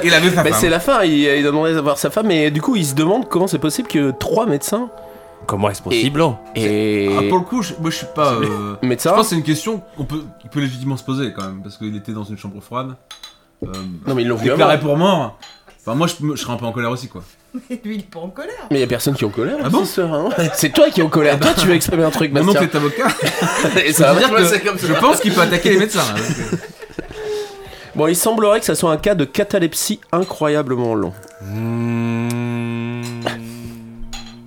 Speaker 6: Il a vu sa
Speaker 5: Mais
Speaker 6: femme.
Speaker 5: Bah, c'est la fin, il, il a demandé d'avoir sa femme et du coup il se demande comment c'est possible que trois médecins.
Speaker 4: Comment est-ce
Speaker 5: possible Et.
Speaker 6: Ah, pour le coup, je, moi je suis pas.
Speaker 5: C'est-
Speaker 6: euh,
Speaker 5: Mais
Speaker 6: je
Speaker 5: ça
Speaker 6: pense que c'est une question qu'on peut, qu'il peut légitimement se poser quand même, parce qu'il était dans une chambre froide. Euh,
Speaker 5: Non, mais ils l'ont vu
Speaker 6: déclaré
Speaker 5: avant.
Speaker 6: pour mort. Enfin, moi je, je serais un peu en colère aussi quoi.
Speaker 12: Mais lui, il est pas en colère.
Speaker 5: Mais y a personne qui est en colère. Ah bon C'est toi qui es en colère. Toi tu veux exprimer Bah, un truc.
Speaker 6: Mon
Speaker 5: Bastien.
Speaker 6: oncle est avocat.
Speaker 5: Et ça
Speaker 6: veut
Speaker 5: va
Speaker 6: dire
Speaker 5: pas
Speaker 6: que
Speaker 5: passer comme ça.
Speaker 6: je pense qu'il peut attaquer les médecins. là, donc, euh.
Speaker 5: Bon, il semblerait que ça soit un cas de catalepsie incroyablement long.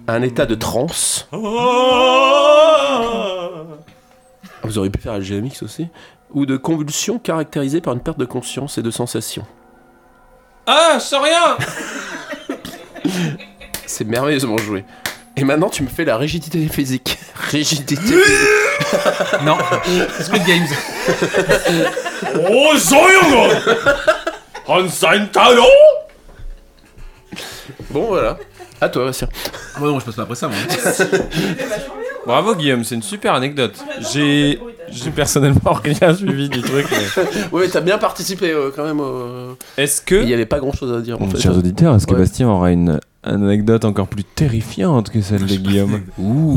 Speaker 5: Un état de transe. Vous auriez pu faire LGMX aussi. Ou de convulsions caractérisées par une perte de conscience et de sensation.
Speaker 4: Ah, je sens rien
Speaker 5: C'est merveilleusement joué. Et maintenant, tu me fais la rigidité physique. Rigidité physique.
Speaker 6: non, Squid Games.
Speaker 4: Oh,
Speaker 5: Bon, voilà. À toi, Bastien.
Speaker 6: Moi Ah, bah non, je passe pas après ça, moi.
Speaker 4: Bravo, Guillaume, c'est une super anecdote. J'ai j'ai personnellement rien suivi du truc. mais-
Speaker 5: Oui, mais t'as bien participé euh, quand même. euh.
Speaker 4: Est-ce que.
Speaker 5: Il n'y avait pas grand chose à dire en fait.
Speaker 4: Chers auditeurs, est-ce que
Speaker 5: Ouais.
Speaker 4: Bastien aura une anecdote encore plus terrifiante que celle de Guillaume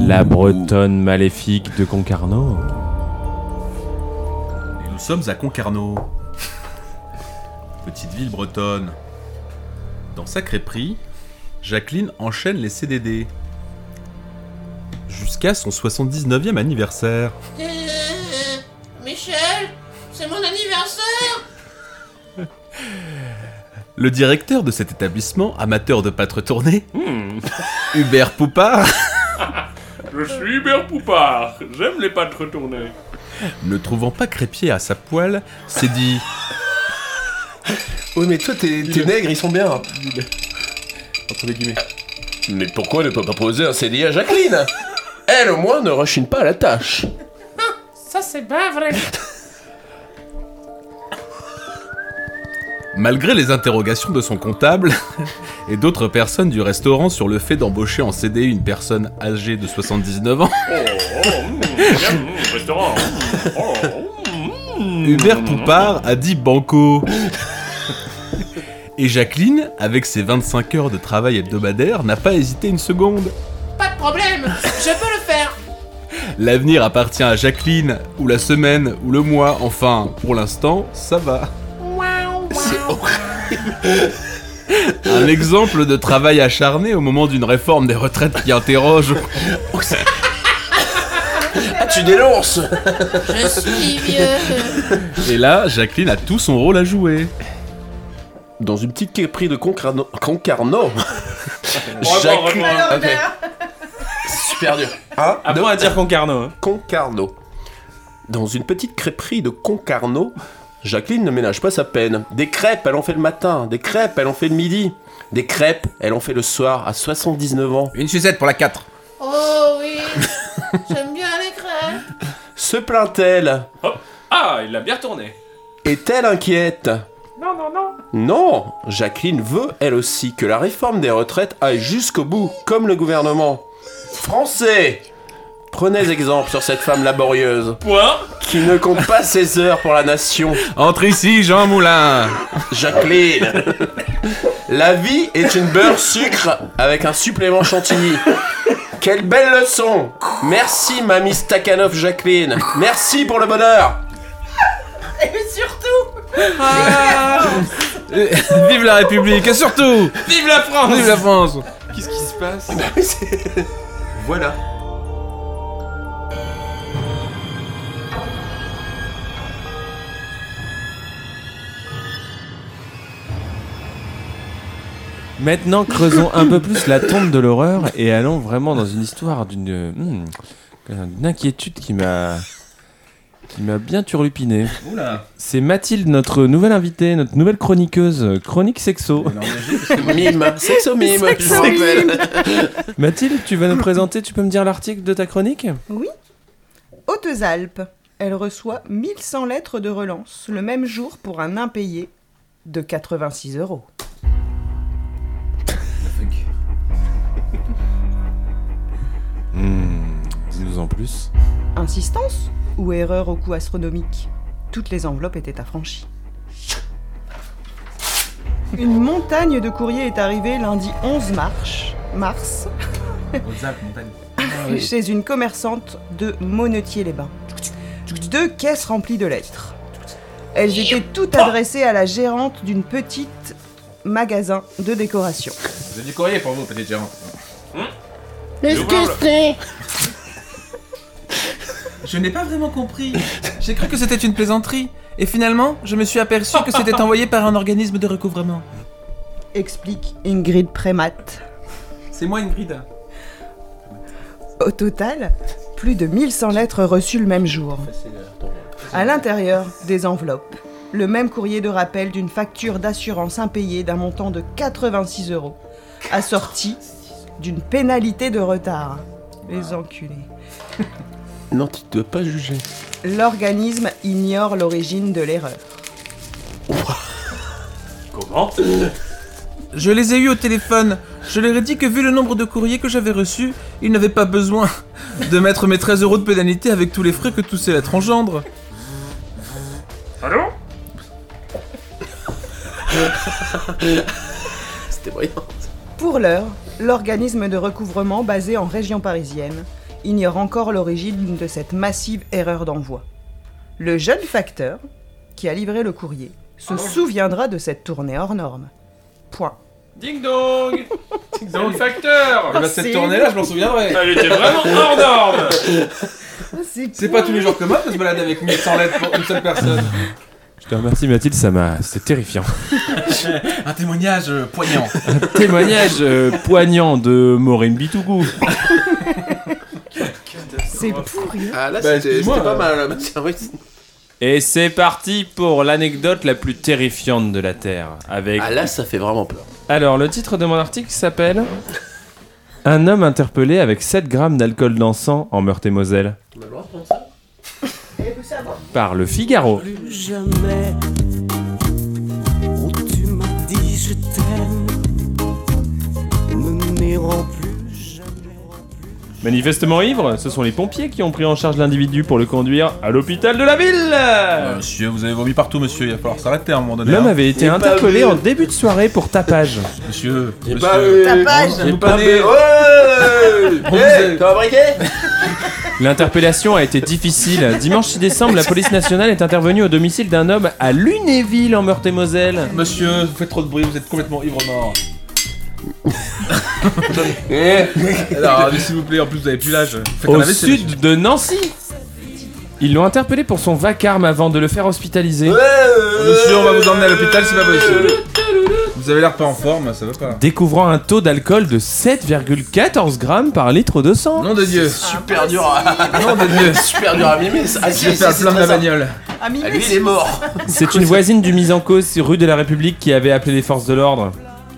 Speaker 4: La bretonne maléfique de Concarneau.
Speaker 6: Et nous sommes à Concarneau. Petite ville bretonne. Dans sa crêperie, Jacqueline enchaîne les CDD. Jusqu'à son 79e anniversaire.
Speaker 13: Euh, Michel, c'est mon anniversaire
Speaker 6: Le directeur de cet établissement, amateur de pâtes retournées, Hubert Poupard,
Speaker 4: Je suis Hubert Poupard, j'aime les pattes retournées.
Speaker 6: ne trouvant pas crépier à sa poêle, s'est dit
Speaker 5: Oui, mais toi, t'es t'es nègre, ils sont bien. hein.
Speaker 6: Entre les guillemets.
Speaker 5: Mais pourquoi ne pas proposer un CDI à Jacqueline Elle, au moins, ne rechigne pas à la tâche.
Speaker 13: Ça, c'est pas vrai.
Speaker 14: Malgré les interrogations de son comptable et d'autres personnes du restaurant sur le fait d'embaucher en CDI une personne âgée de 79 ans,
Speaker 4: mmh,
Speaker 14: Hubert Poupard a dit banco. Et Jacqueline, avec ses 25 heures de travail hebdomadaire, n'a pas hésité une seconde.
Speaker 13: Pas de problème, je peux le faire.
Speaker 14: L'avenir appartient à Jacqueline, ou la semaine, ou le mois, enfin, pour l'instant, ça va.
Speaker 13: C'est
Speaker 14: Un exemple de travail acharné au moment d'une réforme des retraites qui interroge.
Speaker 5: Ah, tu dénonces
Speaker 13: Je suis vieux.
Speaker 14: Et là, Jacqueline a tout son rôle à jouer.
Speaker 5: Dans une petite quéperie de Concarneau. Concarneau
Speaker 14: Jacqueline-
Speaker 5: Ok. Super dur. Ah, Un,
Speaker 4: Apprends à dire Concarneau. hein.
Speaker 5: Concarneau. Dans une petite crêperie de Concarneau, Jacqueline ne ménage pas sa peine. Des crêpes, elle en fait le matin. Des crêpes, elle en fait le midi. Des crêpes, elle en fait le soir à 79 ans.
Speaker 14: Une sucette pour la 4.
Speaker 13: Oh oui, j'aime bien les crêpes.
Speaker 5: Se plaint-elle
Speaker 4: Ah, il l'a bien tourné.
Speaker 5: Est-elle inquiète
Speaker 13: Non, non, non.
Speaker 5: Non, Jacqueline veut elle aussi que la réforme des retraites aille jusqu'au bout, comme le gouvernement. Français Prenez exemple sur cette femme laborieuse. Qui ne compte pas ses heures pour la nation.
Speaker 14: Entre ici, Jean Moulin
Speaker 5: Jacqueline La vie est une beurre sucre avec un supplément chantilly. Quelle belle leçon Merci, mamie Stakhanov Jacqueline Merci pour le bonheur
Speaker 12: Et surtout
Speaker 14: Vive la République et surtout
Speaker 4: Vive la France
Speaker 14: Vive la France
Speaker 4: Qu'est-ce qui se passe
Speaker 5: Voilà.
Speaker 4: Maintenant, creusons un peu plus la tombe de l'horreur et allons vraiment dans une histoire d'une hmm, d'une inquiétude qui m'a qui m'a bien turlupiné.
Speaker 14: Oula.
Speaker 4: C'est Mathilde, notre nouvelle invitée, notre nouvelle chroniqueuse, chronique sexo.
Speaker 5: Mime, sexo-mime, je vous
Speaker 12: Sexo-mime.
Speaker 5: rappelle.
Speaker 4: Mathilde, tu vas nous présenter, tu peux me dire l'article de ta chronique
Speaker 12: Oui. Hautes-Alpes. Elle reçoit 1100 lettres de relance le même jour pour un impayé de 86 euros.
Speaker 4: Hmm, Dis-nous en plus.
Speaker 12: Insistance ou erreur au coût astronomique Toutes les enveloppes étaient affranchies. Une montagne de courriers est arrivée lundi 11 mars, mars Ah chez une commerçante de Monetier-les-Bains. Deux caisses remplies de lettres. Elles étaient toutes adressées à la gérante d'une petite magasin de décoration.
Speaker 14: J'ai du courrier pour vous, petit Jean.
Speaker 12: Est-ce que c'est
Speaker 6: Je n'ai pas vraiment compris. J'ai cru que c'était une plaisanterie. Et finalement, je me suis aperçu que c'était envoyé par un organisme de recouvrement.
Speaker 12: Explique Ingrid Prémat.
Speaker 6: C'est moi, Ingrid.
Speaker 12: Au total, plus de 1100 lettres reçues le même jour. À l'intérieur, des enveloppes. Le même courrier de rappel d'une facture d'assurance impayée d'un montant de 86 euros, assortie d'une pénalité de retard. Les enculés.
Speaker 5: Non, tu ne dois pas juger.
Speaker 12: L'organisme ignore l'origine de l'erreur.
Speaker 6: Comment Je les ai eus au téléphone. Je leur ai dit que vu le nombre de courriers que j'avais reçus, ils n'avaient pas besoin de mettre mes 13 euros de pénalité avec tous les frais que tous ces lettres engendrent.
Speaker 13: Allô
Speaker 5: C'était brillant.
Speaker 12: Pour l'heure, l'organisme de recouvrement basé en région parisienne ignore encore l'origine de cette massive erreur d'envoi. Le jeune facteur, qui a livré le courrier, se
Speaker 15: Ah.
Speaker 12: souviendra de cette tournée hors norme. Point.
Speaker 4: Ding dong Ding dong facteur
Speaker 12: Eh ben, cette C'est- tournée-là, je m'en souviendrai.
Speaker 4: Elle était vraiment hors norme
Speaker 6: C'est pas tous les jours que moi de se balader avec 1100 lettres pour une seule personne.
Speaker 4: Je te remercie Mathilde, ça m'a... C'est terrifiant.
Speaker 6: un témoignage euh, poignant.
Speaker 4: Témoignage euh, poignant de Maureen Bitougou.
Speaker 12: C'est pourri.
Speaker 5: Ah là,
Speaker 4: Bah,
Speaker 5: c'était
Speaker 4: excuse-moi,
Speaker 5: c'était pas
Speaker 4: euh.
Speaker 5: mal. hein. Tiens, oui, c'est-
Speaker 4: Et c'est parti pour l'anecdote la plus terrifiante de la Terre. Avec...
Speaker 5: Ah là, ça fait vraiment peur.
Speaker 4: Alors, le titre de mon article s'appelle Un homme interpellé avec 7 grammes d'alcool dans le sang en Meurthe-et-Moselle. Par le Figaro.
Speaker 16: Plus jamais on
Speaker 4: Manifestement ivre, ce sont les pompiers qui ont pris en charge l'individu pour le conduire à l'hôpital de la ville
Speaker 6: Monsieur, vous avez vomi partout, monsieur. Il va falloir s'arrêter à un moment donné.
Speaker 4: L'homme
Speaker 6: hein.
Speaker 4: avait été interpellé en début de soirée pour tapage.
Speaker 6: Monsieur,
Speaker 4: Il est
Speaker 6: monsieur.
Speaker 4: pas vu. Tapage.
Speaker 6: Vous
Speaker 4: Il est
Speaker 6: vous
Speaker 4: pas
Speaker 6: prenez-
Speaker 4: vu.
Speaker 5: Ouais Hey, T'as un briquet
Speaker 4: L'interpellation a été difficile. Dimanche 6 décembre, la police nationale est intervenue au domicile d'un homme à Lunéville en Meurthe-et-Moselle.
Speaker 6: Monsieur, vous faites trop de bruit, vous êtes complètement ivre mort. Alors, mais s'il vous plaît, en plus vous avez plus l'âge. Faites un
Speaker 4: Au
Speaker 6: AVC, monsieur.
Speaker 4: sud de Nancy. Ils l'ont interpellé pour son vacarme avant de le faire hospitaliser.
Speaker 6: Monsieur, on va vous emmener à l'hôpital, c'est pas possible. Vous avez l'air pas en forme, ça va pas.
Speaker 4: Découvrant un taux d'alcool de 7,14 grammes par litre de sang.
Speaker 6: Nom de Dieu.
Speaker 5: Super dur à.
Speaker 6: Nom de Dieu.
Speaker 5: Super dur à mimer. Ah,
Speaker 6: Je vais faire le plein de la bagnole.
Speaker 17: Ah,
Speaker 5: Ah, lui, il est mort.
Speaker 4: C'est une voisine du mise en cause sur rue de la République qui avait appelé les forces de l'ordre.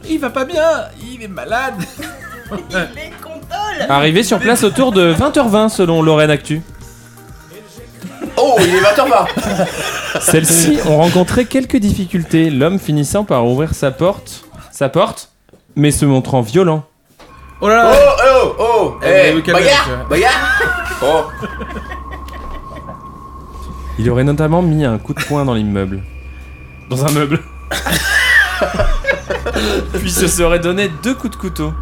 Speaker 18: Il va pas bien, il est malade. il
Speaker 17: est content.
Speaker 4: Arrivé sur place autour de 20h20 selon Lorraine Actu.
Speaker 5: Oh, il est 20h20.
Speaker 4: Celles-ci ont rencontré quelques difficultés, l'homme finissant par ouvrir sa porte, sa porte, mais se montrant violent.
Speaker 18: Oh là là.
Speaker 5: Oh, oh, oh.
Speaker 18: Eh,
Speaker 5: Eh,
Speaker 18: vous vous calmez,
Speaker 5: bagarre,
Speaker 18: monsieur.
Speaker 5: bagarre. Oh.
Speaker 4: Il aurait notamment mis un coup de poing dans l'immeuble. Dans un meuble. Puis se serait donné deux coups de couteau.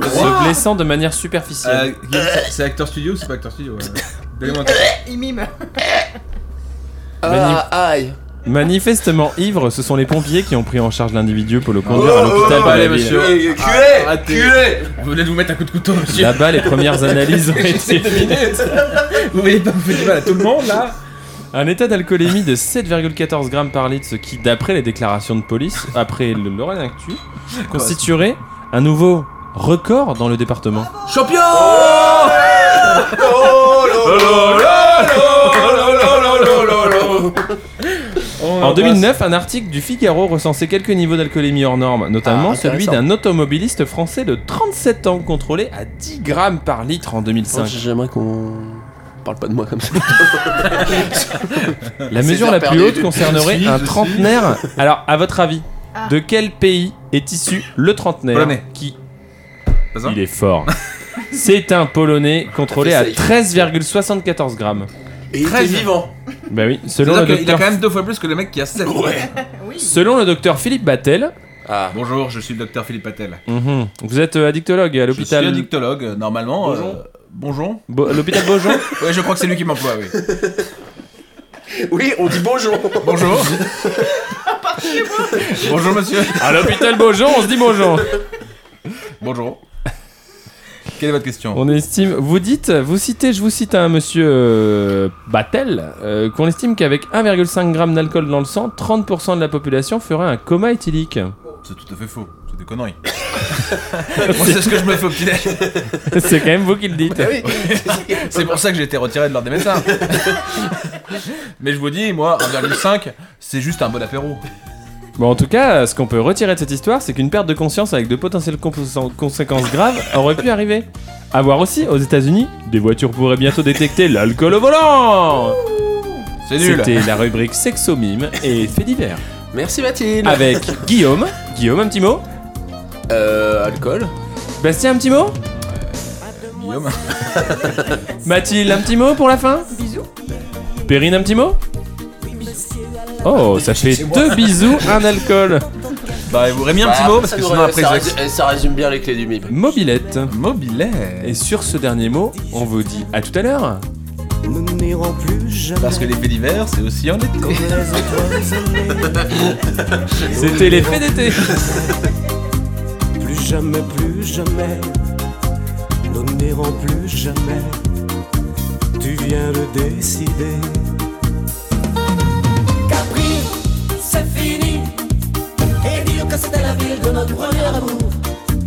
Speaker 4: Se blessant de manière
Speaker 6: Euh,
Speaker 4: superficielle.
Speaker 6: Guillaume, c'est- c'est Acteur Studio ou c'est pas Acteur Studio euh, donnez-moi
Speaker 17: Il mime.
Speaker 4: Mani-
Speaker 5: Ah, aïe.
Speaker 4: Manifestement ivre, ce sont les pompiers qui ont pris en charge l'individu pour le
Speaker 6: un-
Speaker 4: conduire à l'hôpital de la
Speaker 6: allez,
Speaker 4: ville.
Speaker 6: monsieur.
Speaker 5: Eh, culé,
Speaker 6: Arrêtez.
Speaker 5: culé.
Speaker 6: Vous venez de vous mettre un coup de couteau, monsieur.
Speaker 4: Là-bas, les premières analyses ont été
Speaker 6: Vous voyez pas, vous faites du mal à tout le monde là
Speaker 4: Un état d'alcoolémie de 7,14 grammes par litre, ce qui, d'après les déclarations de police, après le Lorraine Actu, constituerait un nouveau record dans le département.
Speaker 5: Ah
Speaker 18: Champion Oh,
Speaker 5: Ah bah,
Speaker 4: En 2009, un article du Figaro recensait quelques niveaux d'alcoolémie hors norme, notamment
Speaker 5: Ah,
Speaker 4: celui
Speaker 5: intéressant.
Speaker 4: d'un automobiliste français de 37 ans contrôlé à 10 grammes par litre en 2005.
Speaker 5: Oh, J'aimerais qu'on parle pas de moi comme ça.
Speaker 4: La mesure la plus haute concernerait un trentenaire. Alors, à votre avis, de quel pays est issu le trentenaire
Speaker 6: Polonais.
Speaker 4: qui Il est fort. C'est un Polonais contrôlé à
Speaker 5: safe.
Speaker 4: 13,74 grammes.
Speaker 5: Et il était
Speaker 18: 13.
Speaker 5: vivant.
Speaker 4: Bah oui, selon le
Speaker 18: C'est-à-dire qu'il a
Speaker 4: docteur,
Speaker 18: quand même deux fois plus que le mec qui a 7.
Speaker 4: selon le docteur Philippe Battel.
Speaker 6: Bonjour, je suis le docteur Philippe Patel.
Speaker 4: Mhm. Vous êtes euh, addictologue à
Speaker 6: Je suis
Speaker 4: l'hôpital.
Speaker 6: addictologue, euh, normalement.
Speaker 4: Bonjour.
Speaker 6: euh, bonjour.
Speaker 4: Bo- à l'hôpital Beaujon
Speaker 6: Ouais, je crois que c'est lui qui m'emploie, oui.
Speaker 5: Oui, on dit bonjour.
Speaker 6: Bonjour. bonjour, monsieur.
Speaker 4: À l'hôpital Beaujon, on se dit Beaujon.
Speaker 6: Bonjour. Quelle est votre question
Speaker 4: On estime, vous dites, vous citez, je vous cite un monsieur euh, Battel, euh, qu'on estime qu'avec 1,5 g d'alcool dans le sang, 30% de la population ferait un coma éthylique.
Speaker 5: Oh.
Speaker 6: C'est tout à fait faux, c'est des conneries. Moi, c'est ce que je me fais au petit
Speaker 4: C'est quand même vous qui le dites.
Speaker 6: Bah C'est pour ça que j'ai été retiré de l'ordre des médecins. Mais je vous dis, moi, 1,5, c'est juste un bon apéro.
Speaker 4: Bon, en tout cas, ce qu'on peut retirer de cette histoire, c'est qu'une perte de conscience avec de potentielles compos- conséquences graves aurait pu arriver. A voir aussi, aux États-Unis, des voitures pourraient bientôt détecter l'alcool au volant
Speaker 6: C'est nul.
Speaker 4: C'était la rubrique sexomime et fait divers.
Speaker 5: Merci Mathilde.
Speaker 4: Avec Guillaume. Guillaume, un petit mot
Speaker 5: Euh, alcool.
Speaker 4: Bastien, un petit mot
Speaker 6: Guillaume.
Speaker 4: Mathilde, un petit mot pour la fin
Speaker 17: Bisous.
Speaker 4: Perrine, un petit mot Oh, ça fait deux bisous, un alcool.
Speaker 6: Bah, vous aurez mis un petit
Speaker 5: Bah,
Speaker 6: mot
Speaker 5: après,
Speaker 6: parce
Speaker 5: ça
Speaker 6: que
Speaker 5: nous
Speaker 6: sinon
Speaker 5: ré-
Speaker 6: après,
Speaker 5: ça,
Speaker 6: je-
Speaker 5: résume, ça résume bien les clés du MIB.
Speaker 4: Mobilette.
Speaker 6: Mobilet.
Speaker 4: Et sur ce dernier mot, on vous dit à tout à l'heure.
Speaker 15: Nous n'irons plus jamais
Speaker 6: Parce que les faits divers, c'est aussi en été.
Speaker 15: contre les étoiles allées.
Speaker 4: C'était les faits d'été.
Speaker 15: Plus jamais, plus jamais, nous n'irons plus jamais. Tu viens de décider.
Speaker 12: Capri, c'est fini. Et dire que c'était la ville de notre premier amour.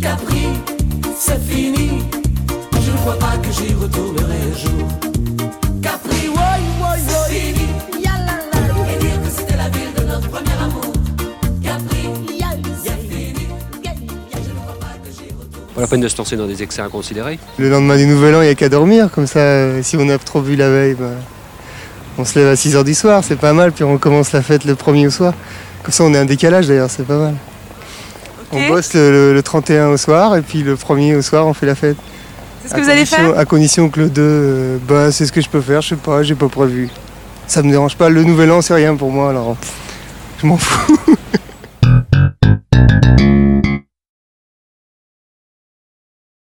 Speaker 12: Capri, c'est fini. Je ne vois pas que j'y retournerai un jour. Capri, ouais, ouais, c'est fini. Et dire que c'était la ville de notre premier amour. Capri, c'est fini. Je ne vois pas que j'y
Speaker 19: Pas la peine de se lancer dans des excès inconsidérés.
Speaker 9: Le lendemain du nouvel an, il n'y a qu'à dormir, comme ça, euh, si on a trop bu la veille, bah, on se lève à 6h du soir, c'est pas mal, puis on commence la fête le premier au soir. Comme ça, on est un décalage d'ailleurs, c'est pas mal. On bosse le, le- le 31 au soir, et puis le premier au soir, on fait la fête.
Speaker 1: C'est ce que vous allez
Speaker 9: condition-
Speaker 1: faire
Speaker 9: À condition que le 2, euh, bah, c'est ce que je peux faire, je sais pas, j'ai pas prévu. Ça me dérange pas, le nouvel an c'est rien pour moi, alors pff, je m'en fous.